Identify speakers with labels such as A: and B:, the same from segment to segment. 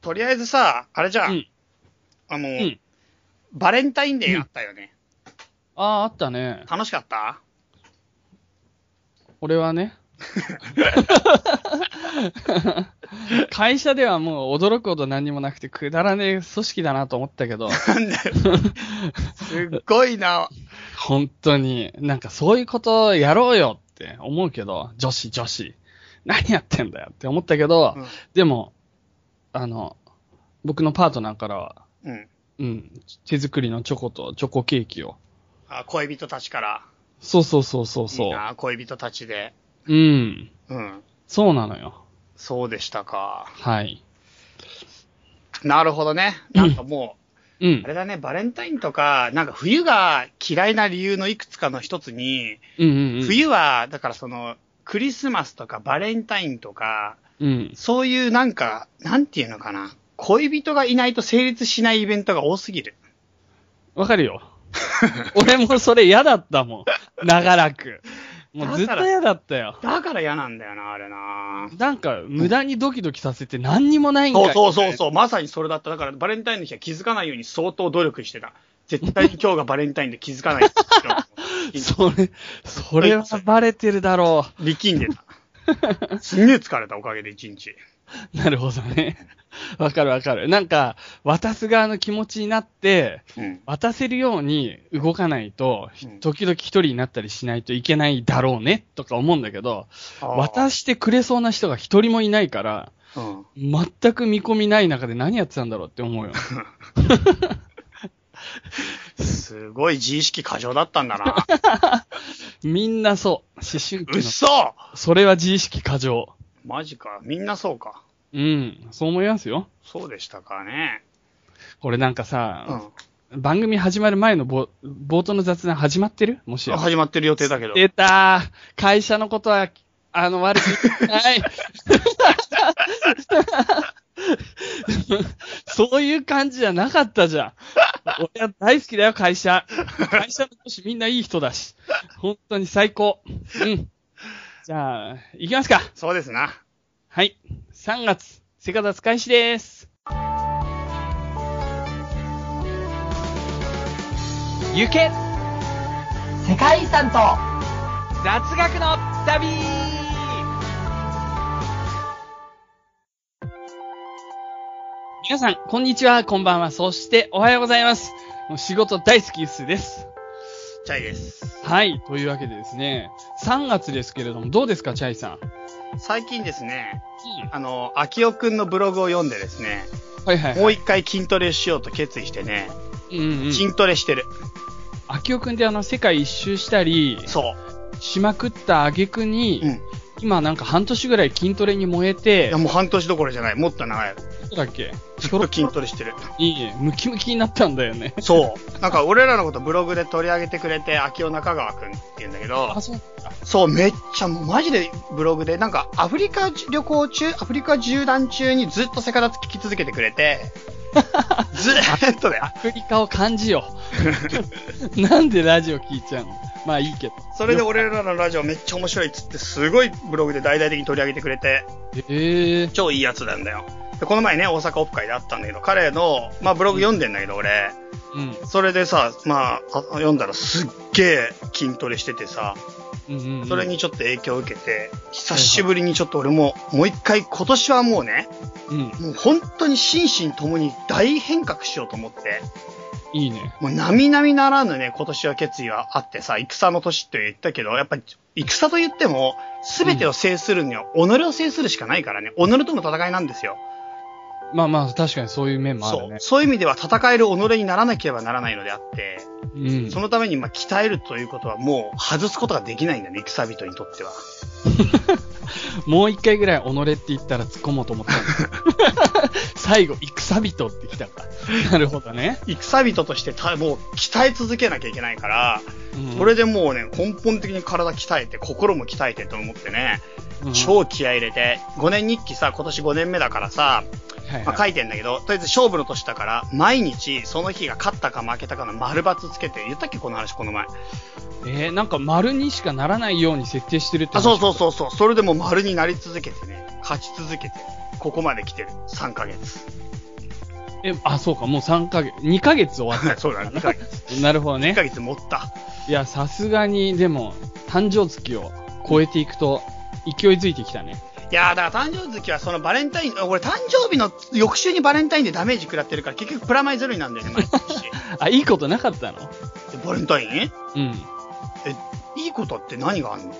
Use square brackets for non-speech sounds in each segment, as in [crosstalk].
A: とりあえずさ、あれじゃん。
B: うん
A: あの、
B: ん
A: バレンタインデーあったよね。
B: ああ、あったね。
A: 楽しかった
B: 俺はね。会社ではもう驚くほど何にもなくてくだらねえ組織だなと思ったけど、
A: なんだよ。すっごいな。
B: 本当に、なんかそういうことやろうよって思うけど、女子女子。何やってんだよって思ったけど、
A: うん
B: でも、あの、僕のパートナーからは、
A: うん。
B: うん、手作りのチョコとチョコケーキを。
A: あ恋人たちから。
B: そうそうそうそうそう。
A: いいな恋人たちで。
B: うん。
A: うん。
B: そうなのよ。
A: そうでしたか。
B: はい。
A: なるほどね。なんかも
B: う
A: う、
B: ん
A: あ。れだね、バレンタインとか、なんか冬が嫌いな理由のいくつかの一つに、
B: うんうんうん。
A: 冬は、だからその、クリスマスとかバレンタインとか、
B: うん。
A: そういうなんか、なんていうのかな。恋人がいないと成立しないイベントが多すぎる。
B: わかるよ。俺もそれ嫌だったもん。長らく。もうずっと嫌だったよ。
A: だから嫌なんだよな、あれな。
B: なんか、無駄にドキドキさせて何にもないんかい
A: そうそうそうそう、まさにそれだった。だからバレンタインの日は気づかないように相当努力してた。絶対に今日がバレンタインで気づかない。
B: それ、それはバレてるだろ
A: 力んでた。すんげえ疲れたおかげで一日。
B: う。なるほどね。わかるわかる。なんか、渡す側の気持ちになって、
A: うん。
B: 渡せるように動かないと
A: うん、
B: 時々一人になったりしないといけないだろうね、とか思うんだけど、渡
A: 私
B: してくれそうな人が一人もいないから、
A: うん。
B: 全く見込みない中で何やってたんだろうって思うよ。
A: すごい自意識過剰だったんだな。
B: みんなそう。思春期
A: うっ
B: の。
A: そ
B: それは自意識過剰。
A: マジか。みんなそうか。
B: うん。そう思いますよ。
A: そうでしたかね。
B: 俺なんか
A: う
B: さ、
A: ん。
B: 番組始まる前のぼ冒頭の雑談始まってるもしや。
A: 始まってる予定だけど。
B: 出たー会社のことは、あの、悪く言って
A: [laughs]
B: ない。そういう感じじゃなかったじゃん。俺は大好きだよ、会社。会社の女子みんないい人だし。本当に最高。うん。じゃあ、行きますか。
A: そうですな。
B: はい。3月、セカダス開始です。
C: 行け世界遺産と雑学の旅
B: 皆さん、こんにちは、こんばんは、そしておはようございます。もう仕事大好きユッスーです。
A: チャイです。
B: はい。というわけでですね、3月ですけれども、どうですか、チャイさん。
A: 最近ですね、あの、秋尾くんのブログを読んでですね、
B: はいはい、
A: も
B: は
A: う
B: い。
A: 一回筋トレしようと決意してね、
B: うんうん。
A: 筋トレしてる。
B: 秋尾くんってあの、世界一周したり、
A: そ
B: しまくった挙句に、
A: う。うん。い
B: 今なんか半年ぐらい筋トレに燃えて、
A: や、もう半年どころじゃない。もっと長い。
B: そうだっけ
A: ずっと筋トレして
B: [laughs]
A: る。
B: いいね。ムキムキになったんだ
A: [laughs]
B: よね。
A: そう。なんか俺らのことブログで取り上げてくれて、秋尾中川くんって言うんだけど
B: あ、、そうだ。
A: そう、めっちゃ、もうマジでブログで、なんかアフリカ旅行中、アフリカ縦断中にずっとセカダツ聞き続けてくれて、ずーっとだよ。
B: アフリカを感じよ [laughs] う。なんでラジオ聞いちゃうのまあいいけど。
A: それで俺らのラジオめっちゃ面白いっつって、すごいブログで大々的に取り上げてくれて、
B: ええ
A: 超いいやつなんだよ。で、この前ね、大阪オフ会で会ったんだけど、彼の、まあブログ読んでんだけど、俺、
B: うん。
A: それでさ、まあ、あ読んだらすっげえ筋トレしててさ、
B: うんうん、うん。
A: それにちょっと影響を受けて、久しぶりにちょっと俺も、もう一回今年はもうね、
B: うん。
A: もう本当に心身ともに大変革しようと思って、
B: いいね。
A: もう並々ならぬね、今年は決意はあってさ、戦の年って言ったけど、やっぱり戦と言っても、すべてを制するには、己を制するしかないからね、己との戦いなんですよ。
B: まあまあ、確かにそういう面もあ
A: そ
B: る
A: う
B: ね。。
A: そういう意味では戦える己にならなければならないのであって、
B: うん。
A: そのためにまあ鍛えるということはもう外すことができないんだね、戦人にとっては。
B: もう一回ぐらい己って言ったら突っ込もうと
A: [laughs]
B: 思ったんだけど最後、戦人ってきたか。なるほどね。
A: 戦人としてたもう鍛え続けなきゃいけないから、
B: うん
A: それでもうね、根本的に体鍛えて、心も鍛えてと思ってね、
B: うん
A: 超気合い入れて、5年日記さ、今年5年目だからさ、
B: はい
A: まあ、
B: は
A: 書
B: い。
A: いてんだけど、とりあえず勝負の年だから、毎日その日が勝ったか負けたかの丸×つけて、言ったっけこの話この前。
B: えー、なんか丸にしかならないように設定してるって
A: あ、そう
B: う。
A: そうそうそう、それでもう丸になり続けてね。勝ち続けて、ここまで来てる。3ヶ月。 [laughs]
B: え、あ、そうか、もう3ヶ月、2ヶ月
A: [laughs]
B: 終わった。
A: そうだ、2ヶ月。
B: なるほど
A: 2
B: ね
A: ヶ。月持った。
B: いや、さすがに、でも、誕生月を超えていくと、勢いづいてきたね。
A: いやー、だから誕生月はそのバレンタイン、俺誕生日の翌週にバレンタインでダメージ食らってるから結局プラマイゼロになるんだ [laughs] よね、毎年。
B: あ、いいことなかったの
A: でバレンタイン
B: うん。
A: いいことって何があんの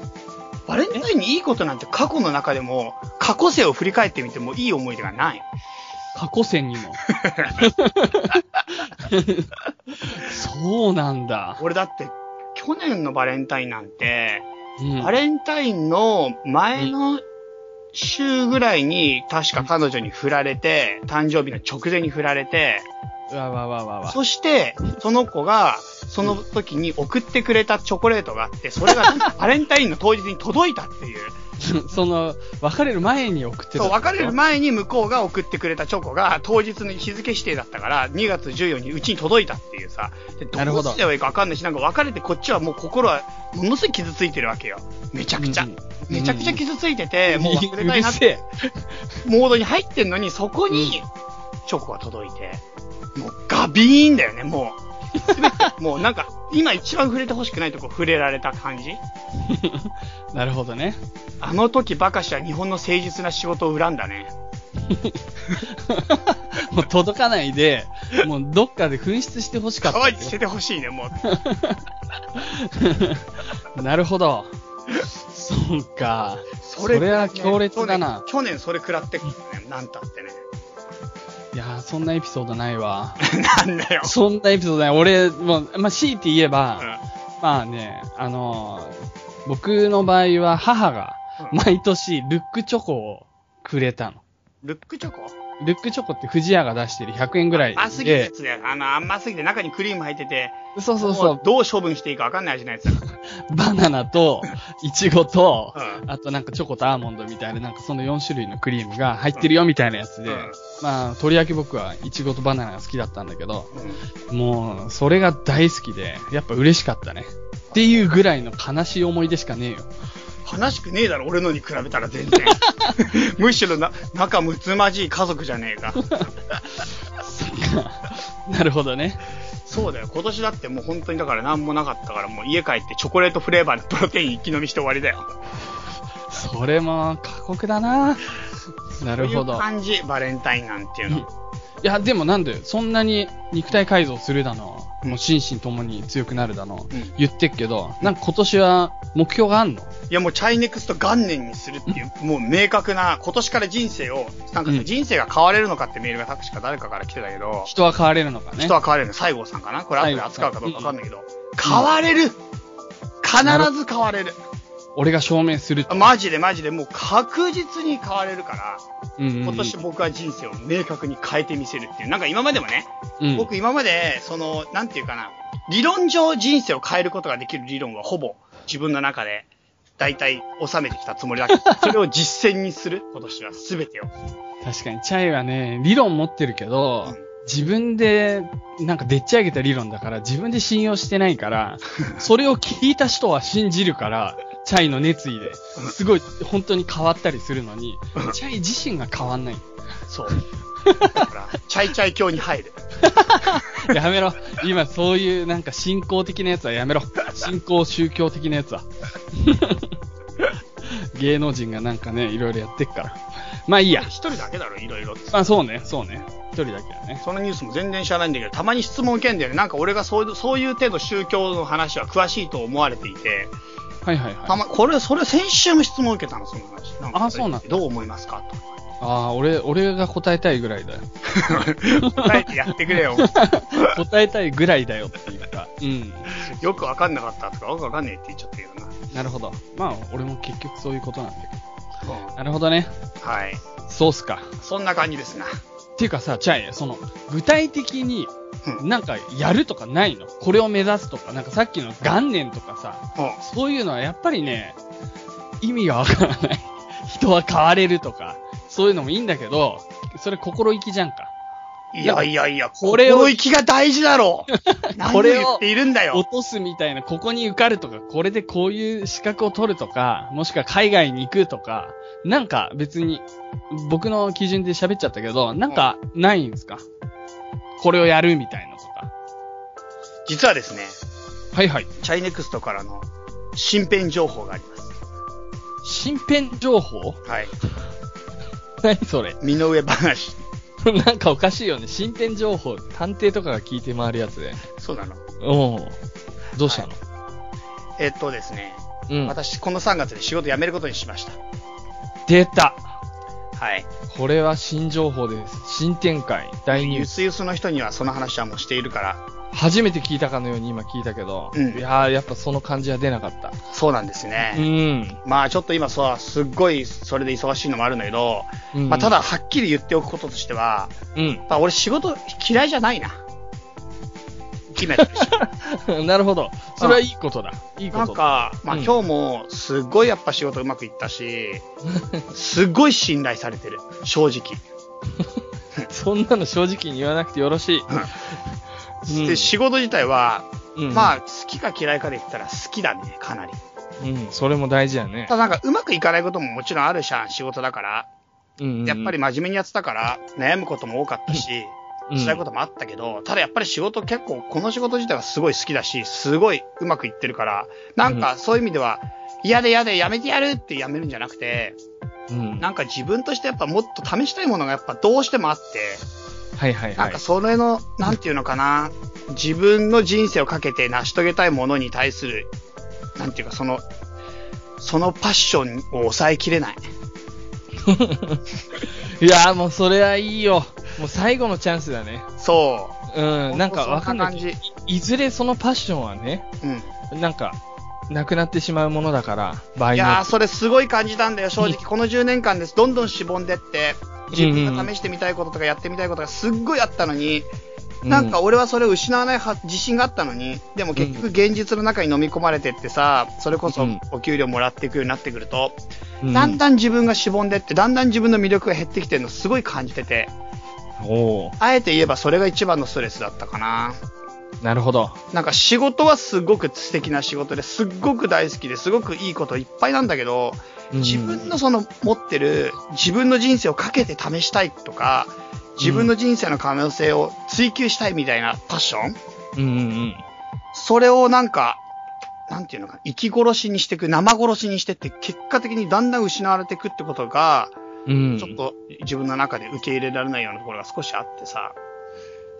A: バレンタインにいいことなんて過去の中でも過去世を振り返ってみてもいい思い出がない。
B: 過去戦に
A: [laughs]
B: も。そうなんだ。
A: 俺だって去年のバレンタインなんて、
B: うん、
A: バレンタインの前の週ぐらいに確か彼女に振られて、誕生日の直前に振られて、
B: うわわわわわ。
A: そしてその子がその時に送ってくれたチョコレートがあって、それがバレンタインの当日に届いたっていう。
B: [laughs] その、別れる前に送ってた。
A: そう、別れる前に向こうが送ってくれたチョコが当日の日付指定だったから、2月14日にうちに届いたっていうさ、で
B: なる
A: ど
B: ほ
A: う
B: ど
A: すればいいかわかんないし、なんか別れてこっちはもう心はものすごい傷ついてるわけよ。めちゃくちゃ。
B: うんうん
A: めちゃくちゃ傷ついてて、もう忘れ
B: う
A: たい
B: る
A: なっ
B: せ
A: て
B: [laughs] え。
A: モードに入ってんのに、そこにチョコが届いて、もうガビーンだよね、もう。全てもうなんか、今一番触れてほしくないとこ触れられた感じ。
B: [laughs] なるほどね。
A: あの時ばかしは日本の誠実な仕事を恨んだね。
B: [laughs] もう届かないで、もうどっかで紛失してほしかった。
A: 可愛いしててほしいね、もう。
B: [laughs] なるほど。そうか。それは強烈だな。
A: 去年去年それ食らってっからね、なんたってね。
B: [laughs] いやー、そんなエピソードないわ。
A: なんだよ。
B: そんなエピソードない。俺、もう、まあ、強いて言えば、
A: うん
B: まあね、あのー僕の場合は母が
A: うん
B: 毎年ルックチョコをくれたの。
A: ルックチョコ
B: ルックチョコって富士屋が出してる100円ぐらい
A: 甘すぎるや
B: で。
A: つだよ。あの、甘すぎて中にクリーム入ってて、
B: そうそうそ
A: も
B: う。
A: どう処分していいか分かんない味のやつだか
B: バナナ
A: [laughs]
B: と、イチゴと、
A: ら。うん。
B: あとなんかチョコとアーモンドみたいな、なんかその4種類のクリームが入ってるよみたいなやつで、
A: うん
B: まあ、とりわけ僕はイチゴとバナナが好きだったんだけど、
A: うん
B: もう、それが大好きで、やっぱ嬉しかったね。っていうぐらいの悲しい思い出しか
A: [laughs]
B: ねえよ。
A: 悲しくねえだろ、俺のに比べたら全
B: [laughs]
A: 然。むしろな、仲むつまじい家族じゃねえか。
B: そっか。なるほどね。
A: そうだよ、今年だってもう本当にだから何もなかったから、もう家帰ってチョコレートフレーバーのプロテイン一気飲みして終わりだよ。
B: それも過酷だな。なるほ
A: そうい
B: ど
A: う。感じ、バレンタインなんていうのは。
B: いや、でもなんで、そんなに肉体改造するだの、
A: うん
B: もう心身ともに強くなるだの、
A: うん
B: 言ってっけど、なんか今年は目標があんの
A: いやもうチャイネクスト元年にするっていう、もう明確な、今年から人生を、なんか
B: う
A: さ
B: ん
A: 人生が変われるのかってメールが確か誰かから来てたけど、
B: 人は変われるのかね。
A: 人は変われるの、西郷さんかなこれ後で扱うかどうかわかんないけど、変われる必ず変われる
B: 俺が証明すると。
A: マジでマジでもう確実に変われるから、
B: うんうんうん
A: 今年、僕は人生を明確に変えてみせるっていう。なんか今までもね、
B: うん、
A: 僕今まで、その、なんていうかな、理論上人生を変えることができる理論はほぼ自分の中で、大体収めてきたつもりだけ
B: [laughs]
A: ど、それを実践にする、今年は全てを。
B: 確かに、チャイはね、理論持ってるけど、
A: うん
B: 自分で、なんかでっち上げた理論だから、自分で信用してな
A: [laughs]
B: いから、それを聞いた人は信じるから、チャイの熱意で、すごい、本当に変わったりするのに、チャイ自身が変わんない。
A: そう。だから、チャイチャイ教に入る。
B: [laughs] やめろ。今、そういう、なんか、信仰的なやつはやめろ。信仰宗教的なやつは。 [laughs] 芸能人がなんかね、いろいろやってっから。まあいいや。
A: 一人だけだろ、いろいろって。
B: まあそうね、そうね。一人だけだね。
A: そのニュースも全然知らないんだけど、たまに質問受けんだよね。なんか俺がそういう、そういう程度宗教の話は詳しいと思われていて、
B: はいはいはい。
A: たま、これ、それ先週も質問受けたの、その話。なんか
B: あそうなんだ
A: どう思いますかとか。
B: ああ、俺、俺が答えたいぐら
A: [laughs]
B: いだよ。
A: 答えてやってくれよ。
B: 答えたいぐらいだよっていうか。うん。
A: よくわかんなかったとか、よくわかんねえって言っちゃったけどな。
B: なるほど。まあ、俺も結局そういうことなんだ
A: う
B: け
A: ん
B: ど。なるほどね。
A: はい。
B: そうっすか。
A: そんな感じですな。
B: っていうかさ、チャイ、その、具体的に
A: う
B: なんかやるとかないのこれを目指すとか、なんかさっきの元年とかさ、
A: う
B: そういうのはやっぱりね、意味がわからない。 [laughs] 人は変われるとか、そういうのもいいんだけど、それ心意気じゃんか。
A: いやいやいや、
B: これを
A: 心意気が大事だろう何を
B: [laughs] これを
A: 言っているんだよ
B: 落とすみたいな、ここに受かるとか、これでこういう資格を取るとか、もしくは海外に行くとか、なんか別に、僕の基準で喋っちゃったけど、なんかないんですかこれをやるみたいなとか。
A: 実はですね、
B: はいはい。
A: チャイネクストからの新編情報があります。
B: 新編情報
A: はい。
B: 何それ
A: 身の上話。
B: [laughs] なんかおかしいよね。新編情報、探偵とかが聞いて回るやつで。
A: そうなの。
B: おお。どうしたの、
A: えっとですね、
B: うん。
A: 私、この3月で仕事辞めることにしました。
B: 出た
A: はい。
B: これは新情報です。新展開、大ニュ
A: ゆ
B: ース。
A: すゆすの人にはその話はもうしているから、
B: 初めて聞いたかのように今聞いたけど、
A: うん
B: いやー、やっぱその感じは出なかった。
A: そうなんですね。
B: うん。
A: まあちょっと今そう、すっごいそれで忙しいのもあるんだけど、
B: うん
A: まあただ、はっきり言っておくこととしては、
B: うん。 [laughs]
A: まあ、俺仕事嫌いじゃないな。決めたでしょ
B: なるほど。それはいいことだ。いい [laughs] こ
A: な
B: と
A: ん
B: だ。
A: か、まあ
B: うん
A: 今日もすっごいやっぱ仕事うまくいったし、すっごい信頼されてる。正直。
B: そんなの正直に言わなくてよろしい。うん
A: で、仕事自体は、
B: うん、
A: まあ
B: あ、
A: 好きか嫌いかで言ったら好きだね、かなり。
B: うん、それも大事やね。
A: ただなんかうまくいかないことももちろんあるじゃん、仕事だから。
B: うん。
A: やっぱり真面目にやってたから悩むことも多かったし、
B: うん、
A: 辛いこともあったけど、ただやっぱり仕事結構、この仕事自体はすごい好きだし、すごいうまくいってるから、なんかそういう意味では、嫌で嫌でやめてやるってやめるんじゃなくて、
B: うん。
A: なんか自分としてやっぱもっと試したいものがやっぱどうしてもあって、
B: はいはい
A: な
B: は
A: ん
B: い
A: か。それの、なんていうのかな、自分の人生をかけて成し遂げたいものに対する、なんていうかその、そのパッションを抑えきれない。
B: [laughs] いやー、もうそれはいいよ。もう最後のチャンスだね。
A: そ
B: うん。
A: う。
B: なんかわかんない
A: ほ
B: け
A: とそんな感
B: ど。いずれそのパッションはね、
A: じ。うん。
B: なんか、なくなってしまうものだから、場合
A: い
B: によ
A: やー、
B: っ
A: それすごい感じたんだよ、正直。
B: う
A: この10年間です。どんどんしぼんでって、自分が試してみたいこととかやってみたいことがすっごいあったのに、
B: て。
A: なんか俺はそれを失わないは自信があったのに、でも結局現実の中に飲み込まれてってさ、それこそ
B: うん
A: お給料もらっていくようになってくると、
B: う、
A: だんだん自分がしぼんでって、だんだん自分の魅力が減ってきてるのすごい感じてて、
B: おお
A: あえて言えばそれが一番のストレスだったかな。
B: なるほど。
A: なんか仕事はすごく素敵な仕事ですっごく大好きですごくいいこといっぱいなんだけど、
B: うん
A: 自分のその持ってる自分の人生をかけて試したいとか自分の人生の可能性を追求したいみたいなパッション
B: うんうん
A: それをなんか、なんていうのかな、生き殺しにしていく、生殺しにしてって、結果的にだんだん失われていくってことが、
B: うん。うん。
A: ちょっ。と自分の中で受け入れられないようなところが少しあってさ、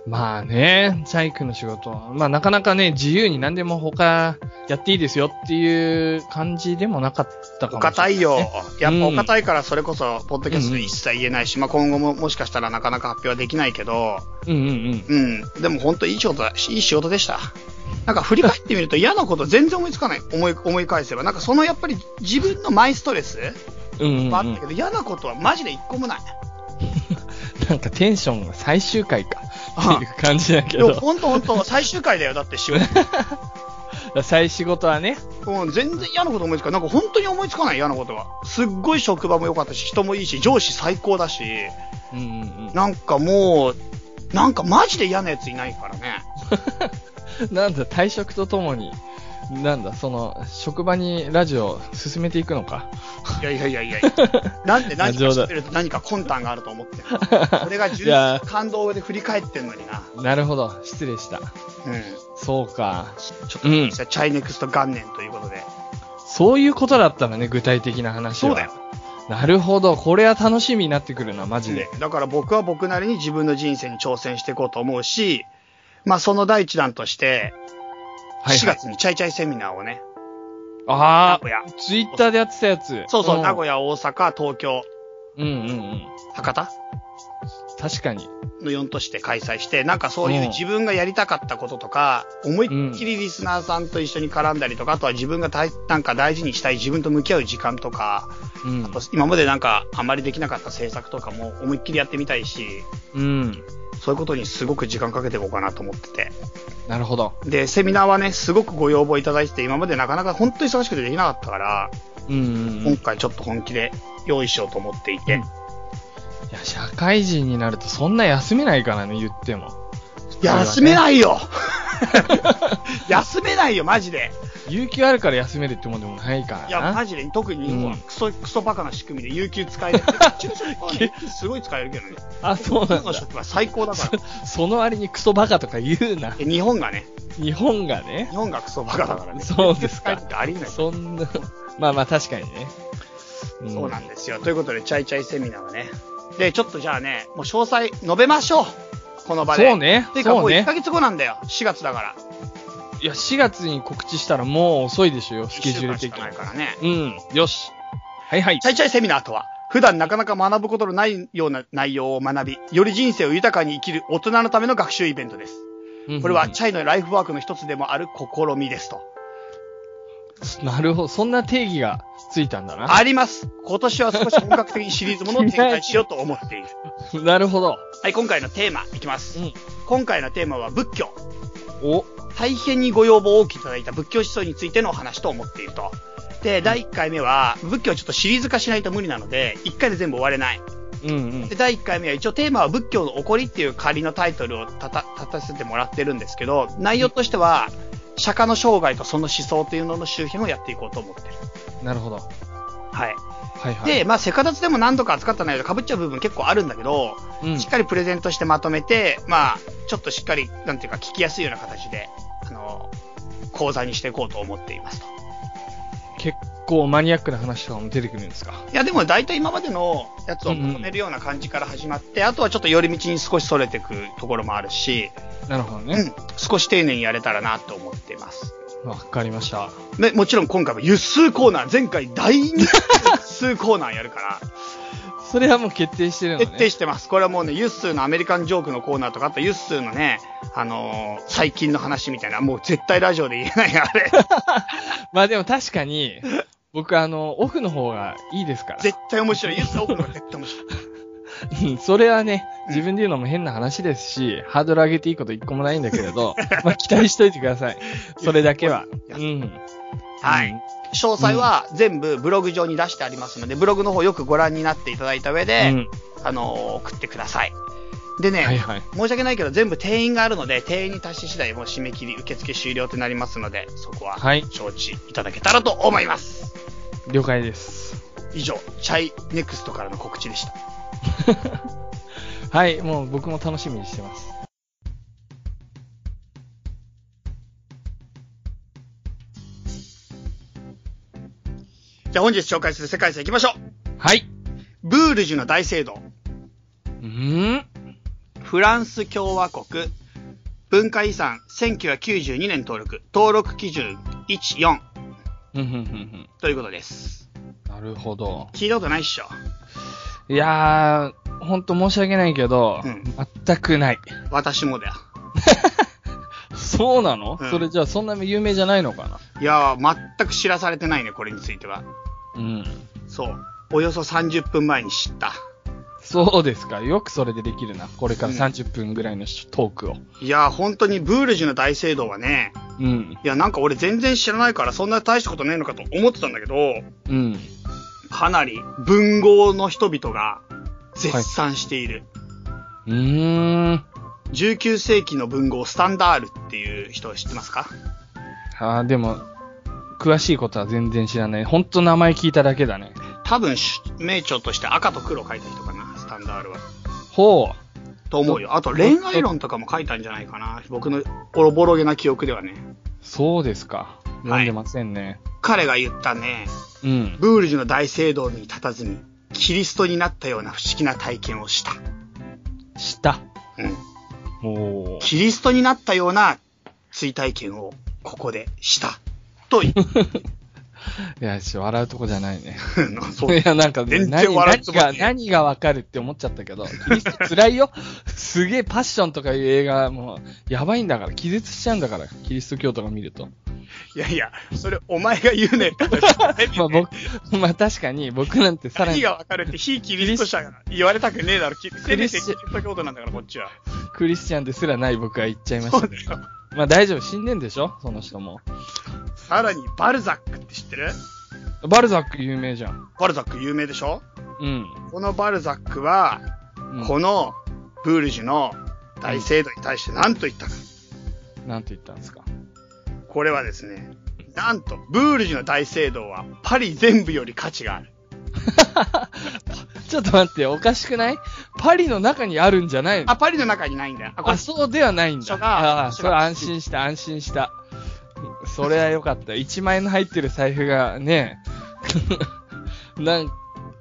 B: まあね、チャイ君の仕事は。まあなかなかね、自由に何でも他やっていいですよっていう感じでもなかったか
A: お
B: もしれない。
A: 堅いよ。やっぱお
B: うん
A: 堅いからそれこそ、ポッドキャストで一切言えないし、まあ今後ももしかしたらなかなか発表はできないけど、
B: うんうん
A: うん。でも本当いい仕事だ、いい仕事でした。なんか振り返ってみると嫌なこと全然思いつかない。思い、思い返せば。なんかそのやっぱり自分のマイストレス
B: うん。うんうんうん、
A: はあったけど、嫌なことはマジで一個もない。
B: [laughs] なんかテンションが最終回か。っていう感じだけ
A: でも
B: ど。
A: 本当本当最終回だよ。だって仕事。
B: 最仕事はね。
A: うん、全然嫌なこと思いつかない。なんか本当に思いつかない嫌なことは。すっごい職場も良かったし、人もいいし、上司最高だし、
B: うんうんうん。
A: なんかもう、なんかマジで嫌なやついないからね。
B: なんだ、退職とともに、なんだ、その、職場にラジオを進めていくのか。
A: いやいやいやいやなんで何か知ってると何か魂胆があると思ってる。 [laughs]
B: [laughs]
A: これが純
B: いや
A: 粋感動で振り返ってんのにな。
B: なるほど、失礼した。
A: うん。
B: そうか。
A: ちょっと、
B: うん
A: チャイネクスト元年ということで。
B: そういうことだったのね、具体的な話は。
A: そうだよ。
B: なるほど。これは楽しみになってくるな、マジ
A: ね
B: で。
A: だから僕は僕なりに自分の人生に挑戦していこうと思うし、まあその第一弾として、
B: はい、
A: 4
B: はい。
A: 月にチャイチャイセミナーをね、名
B: あ
A: 古屋。
B: あ、ツイッターでやってたやつ。
A: そうそう、
B: ん
A: 名古屋、大阪、東京、
B: うんうんうん。
A: 博多
B: 確かに。
A: の4都市で開催して、なんかそういう
B: うん
A: 自分がやりたかったこととか、思いっきりリスナーさんと一緒に絡んだりとか、あとは自分が大なんか大事にしたい自分と向き合う時間とか、
B: うん。
A: 今までなんかあんまりできなかった制作とかも思いっきりやってみたいし、
B: うん。
A: そういうことにすごく時間かけていこうかなと思ってて。
B: なるほど。
A: で、セミナーはね、すごくご要望いただいてて、今までなかなか本当に忙しくてできなかったから、
B: うんうんう
A: 今
B: ん。
A: 回ちょっと本気で用意しようと思っていて、
B: うんいや、社会人になるとそんな休めないからね、言っても。
A: 休めないよ [laughs] 休めないよ、マジで。
B: 有給あるから休めるってもんでもないからな。
A: いや、マジで、特に日本は
B: うん
A: クソ、クソバカな仕組みで有給使える。
B: [laughs]
A: ちょちょ有給すごい使えるけどね。
B: あ、そうなん
A: 僕の
B: だ。
A: 職場最高だ
B: [laughs]
A: から。
B: その割にクソバカとか言うな。
A: え日本がね、
B: 日本がね
A: 日。本がクソバカだからね。
B: そうですか
A: 有給使えるってありえない。
B: そんな、まあまあ確かにね。
A: そうなん
B: だ。
A: ですよ。ということで、チャイチャイセミナーはね。で、ちょっとじゃあね、もう詳細述べましょう。この場で。
B: そうね
A: ていうかも
B: そううね
A: 1ヶ月後なんだよ。4月だから。
B: いや、4月に告知したらもう遅いでしょうよ、スケジュール
A: 一週
B: 的
A: 間し
B: に
A: かない。からね。
B: うん、よし。はいはい
A: チ。ャイチャイセミナーとは、普段なかなか学ぶことのないような内容を学び、より人生を豊かに生きる大人のための学習イベントです。これはチャイのライフワークの一つでもある試みですと。
B: うんなるほど。そんな定義がついたんだな。
A: あります。今年は少し本格的にシリーズものを展開しようと思っている。
B: [laughs] なるほど。
A: はい、今回のテーマいきます。
B: うん
A: 今回のテーマは仏教。
B: お、
A: 大変にご要望を多くいただいた仏教思想についてのお話と思っていると。で、第1回目は、仏教をちょっとシリーズ化しないと無理なので、1回で全部終われない。
B: うんうん
A: で、。第1回目は一応テーマは仏教の起こりっていう仮のタイトルを立た立たせてもらってるんですけど、内容としては、釈迦の生涯とその思想というのの周辺をやっていこうと思ってる。
B: なるほど。
A: はい。
B: はいはい。
A: で、まあ、セカダツでも何度か扱った内容で被っちゃう部分結構あるんだけど、
B: うん
A: しっかりプレゼントしてまとめて、まあ、ちょっとしっかり、なんていうか、聞きやすいような形で、あの、講座にしていこうと思っていますと。
B: 結構マニアックな話とかも出てくるんですか。
A: いや、でも大体今までのやつをまとめるような感じから始まって、あとはちょっと寄り道に少し逸れてくところもあるし、
B: なるほど
A: う
B: ね。
A: ん、少し丁寧にやれたらなと思っています。
B: わ、かりました。
A: ね、もちろん今回も輸数コーナー、前回第2輸数コーナーやるから、
B: [laughs] それはもう決定してるのね。
A: 徹底してます。これはもうね、ユッスーのアメリカンジョークのコーナーとか、あとユッスーのね、あのー最近の話みたいな、もう絶対ラジオで言えないあれ。
B: まあでも確かに、 [laughs] 僕あの、オフの方がいいですから。
A: 絶対面白
B: [laughs]
A: い。ユッスー奥の方が絶対面白い。
B: うんそれはね、
A: うん
B: 自分で言うのも変な話ですし、ハードル上げていいこと一個もないんだけれ [laughs] ど、まあ期待しといてください。それだけは。
A: いうや
B: ん。
A: はい。詳細は全部ブログ上に出してありますので、ブログの方よくご覧になっていただいた上
B: う
A: で、
B: ん。
A: あのー送ってください。でね、
B: はいはい。
A: 申し訳ないけど、全部定員があるので、定員に達し次第、もう締め切り、受付終了となりますので、そこは、
B: はい
A: 承知いただけたらと思います。
B: 了解です。
A: 以上、チャイネクストからの告知でした。
B: [laughs] はい、もう僕も楽しみにしてます。
A: じゃあ本日紹介する世界遺産行きましょう
B: はい。
A: ブールジュの大聖堂、
B: うん
A: フランス共和国、文化遺産1992年登録、登録基準14
B: うんうんうんうん。
A: ということです。
B: なるほど。
A: 聞いたことないっしょ。
B: いやー、ほんと申し訳ないけど、
A: うん
B: 全くない。
A: 私もだよ。
B: [laughs] そうなの、
A: うん
B: それじゃあそんな有名じゃないのかない
A: やー、全く知らされてないね、これについては。
B: うん。
A: そう。およそ30分前に知った。
B: そうですか。よくそれでできるな。これから
A: うん
B: 30分ぐらいのトークを。
A: いやー、本当にブールジュの大聖堂はね、
B: うん。
A: いや、なんか俺全然知らないからそんな大したことねえのかと思ってたんだけど、
B: うん。
A: かなり文豪の人々が絶賛している。
B: うーん。
A: 19世紀の文豪スタンダールっていう人を知ってますか
B: あーでも、詳しいことは全然知らない。ほんと名前聞いただけだね。
A: 多分し名著として赤と黒書いた人かなスタンダールは
B: ほ
A: と思うよあと恋愛論とかも書いたんじゃないかな僕のおろぼろげな記憶ではね
B: う。そうですか。読んでませんね。
A: 彼が言ったね
B: うん。
A: ブールジュの大聖堂に佇みキリストになったような不思議な体験をした、
B: した。
A: うん、
B: おー。
A: キリストになったような追体験をここでしたと言う
B: いや、ちょ笑うとこじゃないね。
A: [laughs] そう
B: [laughs] いや、なんか、
A: 全然
B: 何
A: 笑う
B: 何
A: つもり
B: が、何がわかるって思っちゃったけど、キリスト辛いよ。 [laughs] すげえパッションとかいう映画、もう、やばいんだから、気絶しちゃうんだから、キリスト教とか見ると。
A: いやいやそれお前が言 [laughs] うねって話じゃないよね
B: まあ僕、まあ確かに、僕なんてさら
A: 何
B: に
A: がわかるって非キリスト者が言われたくねえだろ。きせめてキリスト教徒なんだから、こっちは。
B: クリスチャンですらない僕は言っちゃいま
A: そ
B: した
A: う
B: け
A: だ
B: ど。
A: よ。
B: まあ大丈夫、死んでんでしょその人も。
A: さらに、バルザックって知ってる
B: バルザック有名じゃん。
A: バルザック有名でしょ
B: うん。
A: このバルザックは、
B: うん
A: このブールジュの大聖堂に対して何と言ったか。
B: なんて言ったんですか [laughs]
A: これはですね、なんと、ブールジュの大聖堂はパリ全部より価値がある。
B: ちょっと待って、おかしくないパリの中にあるんじゃないの
A: あ、パリの中にないんだよ。あ、これ
B: あ、そうではないんだ。
A: 所が
B: ああ、それ安心した、安心した。それは良かった。1万円の入ってる財布がね、 [laughs] なん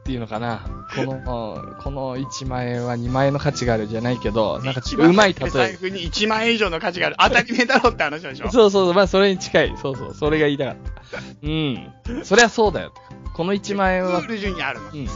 B: ていうのかな。この、この1万円は2万円の価値があるじゃないけど、なんかちうまい例
A: 財
B: え。
A: 布に1万円以上の価値がある。当たり前だろって話でしょ。
B: そうそうそう、まあそれに近い。そうそう、それが言いたかった。うん。そりゃそうだよ。この1万円は
A: ブー、ルジュにあるの。
B: うん。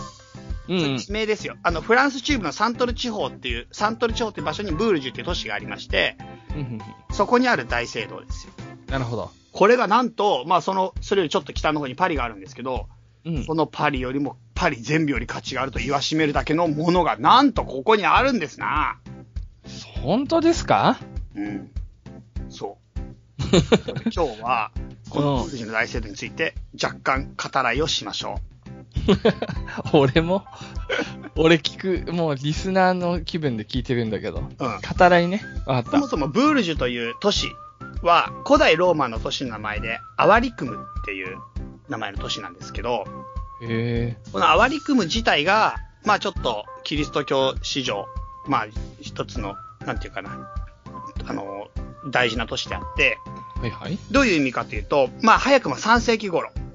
B: うん、うん。
A: 地名ですよ。あの、フランス中部のサントル地方っていう、サントル地方っていう場所にブールジュっていう都市がありまして、
B: うんうん
A: そこにある大聖堂ですよ。
B: うんなるほど。
A: これがなんと、まあその、それよりちょっと北の方にパリがあるんですけど、
B: うん
A: そ。のパリよりも、パリ全部より価値があると言わしめるだけのものが、なんとここにあるんですな。
B: 本当ですか
A: うん。そう。今日は、このブールジュの大聖堂について、若干語らいをしましょ
B: [laughs] 俺も、俺聞く、もうリスナーの気分で聞いてるんだけ
A: う。
B: ど。
A: うん。
B: 語らいね。わか
A: そも
B: っ
A: そもブールジュという都市は古代ローマの都市の名前でアワリクムっていう名前の都市なんですけど、
B: た。へえ。
A: このアワリクム自体が、まあちょっとキリスト教史上、まあ一つの、なんていうかな、あの、大事な都市であって、
B: はいはい。
A: どういう意味かというと、まあ早くも3世紀頃、
B: うん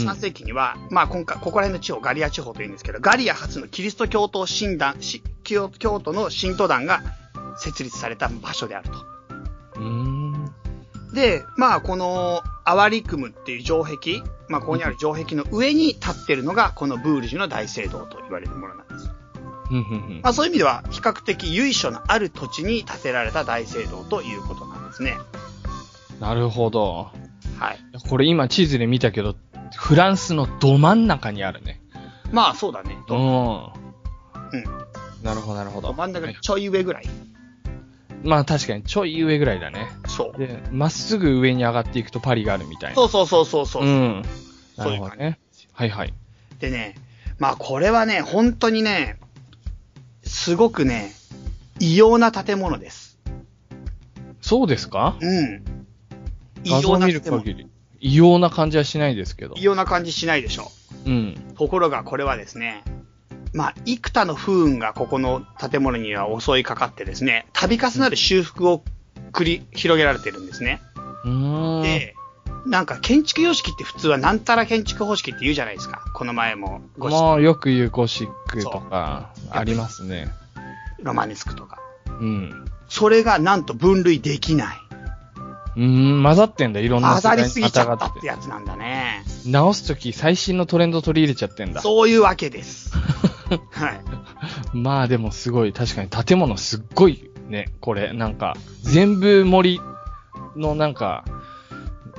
A: 3世紀には、まあ今回、ここら辺の地方、ガリア地方というんですけど、ガリア初のキリスト教徒診断、し教教徒の信徒団が設立された場所であると。
B: うーん。
A: で、まあ、この、アワリクムっていう城壁、まあ、ここにある城壁の上に立ってるのが、このブールジュの大聖堂と言われるものなんです。
B: うんうん
A: まあ、そういう意味では、比較的由緒のある土地に建てられた大聖堂ということなんですね。
B: うん。なるほど。
A: はい。
B: これ今地図で見たけど、フランスのど真ん中にあるね。
A: まあ、そうだね。
B: うん。
A: と、
B: なるほど、なるほど。
A: 真ん中
B: は
A: の
B: い
A: ちょい上ぐらい。
B: まあ確かにちょい上ぐらいだね。
A: そう。
B: で、まっすぐ上に上がっていくとパリがあるみたいな。
A: そうそうそうそうそうう。
B: ん。な
A: そうい
B: る
A: う
B: ほ
A: 感
B: ど
A: じ
B: ね。はいはい。
A: でね、まあ、これはね、本当にね、すごくね、異様な建物です。
B: そうですか
A: うん。
B: 画
A: 異
B: 像
A: 様
B: を
A: な
B: 見る
A: 建物。
B: 限り。異様な感じはしないですけど
A: 異。様な感じしないでしょ。
B: うん。
A: ところがこれはですね、まあ、幾多の不運がここの建物には襲いかかってですね、度重なる修復を繰り広げられてるんですね。
B: うーん。
A: で、なんか建築様式って普通はなんたら建築方式って言うじゃないですか。この前もご指摘
B: まあ、よく言うゴシックとか、ありますね。
A: ロマネスクとか。
B: うん。
A: それがなんと分類できない。
B: うーん、混ざってんだ、いろんな
A: 混
B: 世代
A: ざ
B: に
A: りすぎちゃった
B: ま
A: ったて
B: が
A: やつなんだね。
B: て直すとき、最新のトレンド取り入れちゃってんだ。
A: そういうわけ
B: [laughs]
A: です。はい。
B: まあ、でもすごい、確かに建物すっごいね、これ、なんか、全部森のなんか、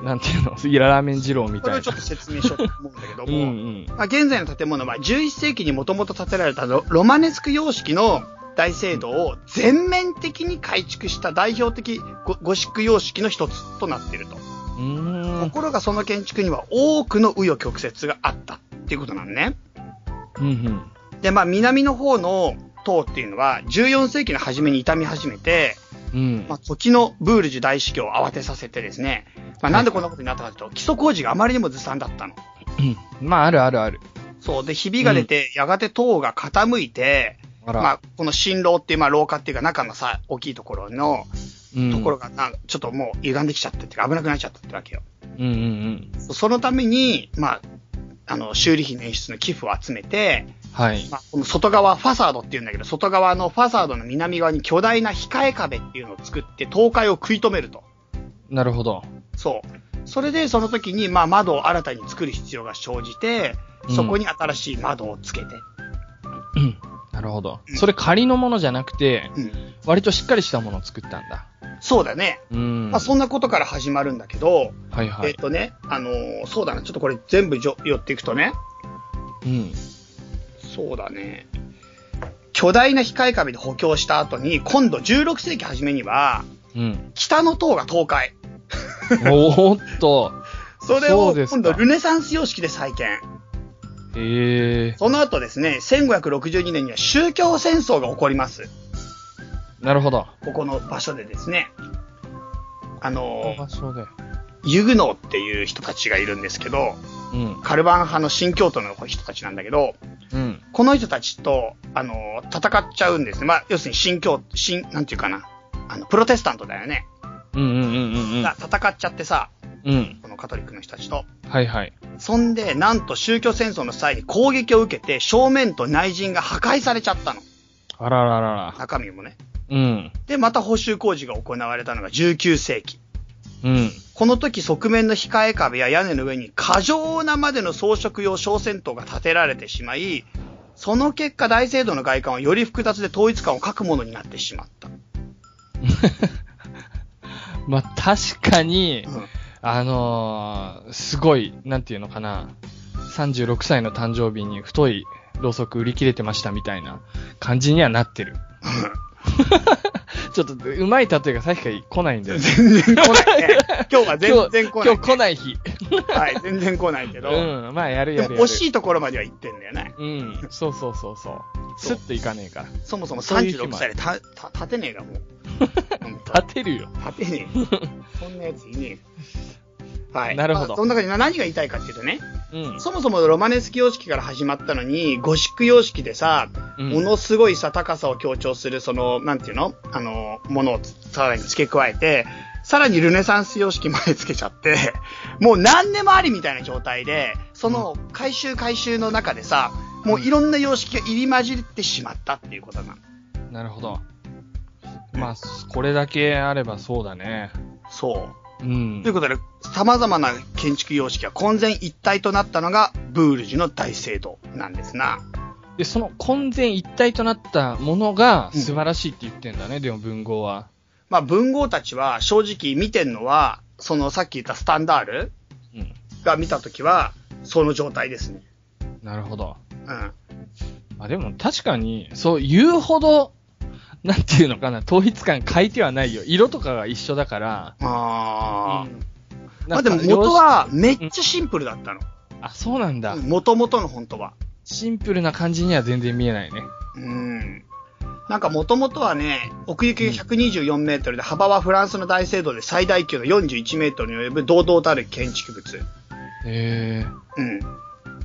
B: なんていうの、いやラーメン二郎み
A: こ
B: た
A: れ
B: いな。
A: をちょっと説明しようと思うんだけど
B: う
A: も、
B: ん
A: まあ、現在の建物は11世紀にもともと建てられたロロマネスク様式の大聖堂を全面的に改築した代表的ゴゴシック様式の一つとなっていると。
B: うん。うー
A: と
B: ん。
A: ころがその建築には多くの紆余曲折があったっていうことなのね。
B: うんうん。
A: で、まあ南の方の塔っていうのは14世紀の初めに傷み始めて、
B: うん
A: まあ、時のブールジュ大司教を慌てさせてですね、まあ、なんでこんなことになったかというと基礎工事があまりにもずさんだったの。
B: うんまあ、あるあるある。
A: そう。で、ひびが出て、やがて塔が傾いて、
B: あら、
A: まあ、この新郎っていう、まあ、廊下っていうか、中のさ、大きいところの、
B: うん、
A: ところがな、ちょっともう歪んできちゃってっていうか、危なくなっちゃったってわけよ。
B: うんうんうん。
A: そのために、まあ、あの、修理費捻出の寄付を集めて、
B: はい。
A: まあ、この外側、ファサードっていうんだけど、外側のファサードの南側に巨大な控え壁っていうのを作って、倒壊を食い止めると。
B: なるほど。
A: そう。それで、その時に、まあ、窓を新たに作る必要が生じて、そこに新しい窓をつけて。
B: うんなるほど
A: う。ん
B: それ仮のものじゃなくて、
A: うん。
B: 割としっかりしたものを作ったんだ。
A: そうだね。
B: うん。
A: まあ、そんなことから始まるんだけど、
B: はいは
A: えっ
B: い。
A: とね、あのーそうだな、ちょっとこれ全部じょ寄っていくとね、
B: うん。
A: そうだね、巨大な控え壁で補強した後に、今度16世紀初めには、
B: うん。
A: 北の塔が倒壊。
B: おーっと。
A: それ
B: そ
A: を
B: うです
A: 今
B: か
A: 度ルネサンス様式で再建。
B: ええ
A: その後ですね、1562年には宗教戦争が起こります。
B: なるほど。
A: ここの場所でですね。あ
B: この
A: の、
B: 場所で。
A: ユグノーっていう人たちがいるんですけど、
B: うん。
A: カルバン派の新教徒の人たちなんだけど、
B: うん。
A: この人たちと、あの、戦っちゃうんですね。まあ、要するに新教、新、なんていうかな。あの、プロテスタントだよね。
B: うんうんうんうん
A: が戦っちゃってさ、
B: うん。うん。
A: このカトリックの人たちと。
B: はいはい。
A: そんで、なんと宗教戦争の際に攻撃を受けて、正面と内陣が破壊されちゃったの。
B: あらららら。
A: 中身もね。
B: うん。
A: で、また補修工事が行われたのが19世紀。
B: うん。
A: この時、側面の控え壁や屋根の上に、過剰なまでの装飾用小戦闘が建てられてしまい、その結果、大聖堂の外観はより複雑で統一感を欠くものになってしまった。
B: まあ、確かに、
A: うん
B: あのー、すごい、なんていうのかな、36歳の誕生日に太いろうそく売り切れてましたみたいな感じにはなっ
A: [laughs]
B: てる。ちょっと、うまい例えがさっきから来ないんだよね。
A: 全然来ない
B: [laughs]
A: ね。今日は全然来な
B: 今
A: い
B: 日。来ない日。
A: はい、全然来ないけど。
B: うん、まあ、やる
A: で
B: や
A: も
B: るやる。
A: 惜しいところまでは行ってんだよね。
B: うん、そうそうそうそう。スッといかねえから。
A: そもそも
B: そういう日も
A: 36歳でたた立てねえがも
B: [laughs]
A: う。本当
B: 立てるよ。
A: 立てね
B: [laughs]
A: え。そんなやついねえ。はい。
B: なるほど
A: まあその中で何が言いたいかっていうとね、
B: うん。
A: そもそもロマネスク様式から始まったのに、ゴシック様式でさ、
B: うん
A: ものすごいさ、高さを強調する、その、なんていうのあの、ものをさらに付け加えて、さらにルネサンス様式まで付けちゃって、 [laughs] もう何でもありみたいな状態で、その回収回収の中でさ、もういろんな様式が入り混じってしまったっていうことなの。
B: なるほど。まあ、これだけあればそうだね。
A: そう。
B: うん
A: という。ことで、様々な建築様式が混然一体となったのが、ブールジュの大聖堂なんですな。
B: で、その混然一体となったものが素晴らしいって言ってんだね、でも文豪は。
A: まあ、文豪たちは正直見てんのは、そのさっき言ったスタンダール
B: うん。
A: が見たときは、その状態ですね。
B: なるほど。
A: うん。
B: まあでも確かに、そう言うほど、なんていうのかな、統一感変えてはないよ。色とかが一緒だから。
A: ああ、
B: うん
A: まあでも元、はめっちゃシンプルだったの。
B: なんかあ、そうなんだ。
A: 元々の本当は。
B: シンプルな感じには全然見えないね。
A: うん。なんか元々はね、奥行きが124メートルで、幅はフランスの大聖堂で最大級の41メートルに及ぶ堂々たる建築物。
B: へえ。
A: うん。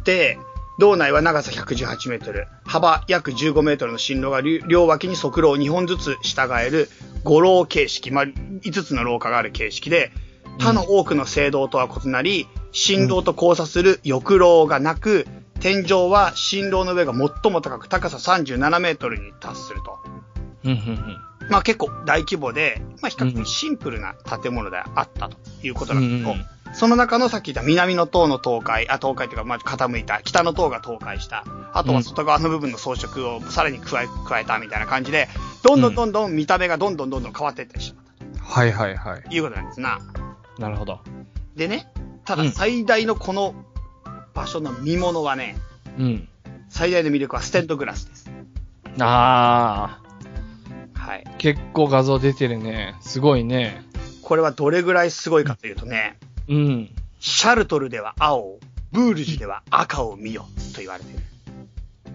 A: で、道内は長さ118メートル、幅約15メートルの進路がりゅ両脇に側廊を2本ずつ従える五廊形式、まあ、5つの廊下がある形式で、他の多くの聖堂とは異なり、神道と交差する翼廊がなく、天井は神道の上が最も高く高さ37メートルに達すると。
B: うん、うん、
A: まあ結構大規模で、まあ比較的シンプルな建物であったということ
B: うん。う
A: なんんですけど、その中のさっき言った南の塔の倒壊、あ、倒壊というか、まあ、傾いた、北の塔が倒壊した、あとは外側の部分の装飾をさらに加え、加えたみたいな感じで、どんどんどんどん見た目がどんどんどんどん変わっていってしまった
B: はいはいはい。
A: ということなんですな。
B: なるほど。
A: でね、た
B: う
A: だ
B: ん
A: 最大のこの場所の見物はね、
B: うん。
A: 最大の魅力はステンドグラスです。
B: あ
A: はい。
B: あ、結構画像出てるね。すごいね。
A: これはどれぐらいすごいかというとね、
B: うん。
A: シャルトルでは青を、ブールジュでは赤を見よと言われている。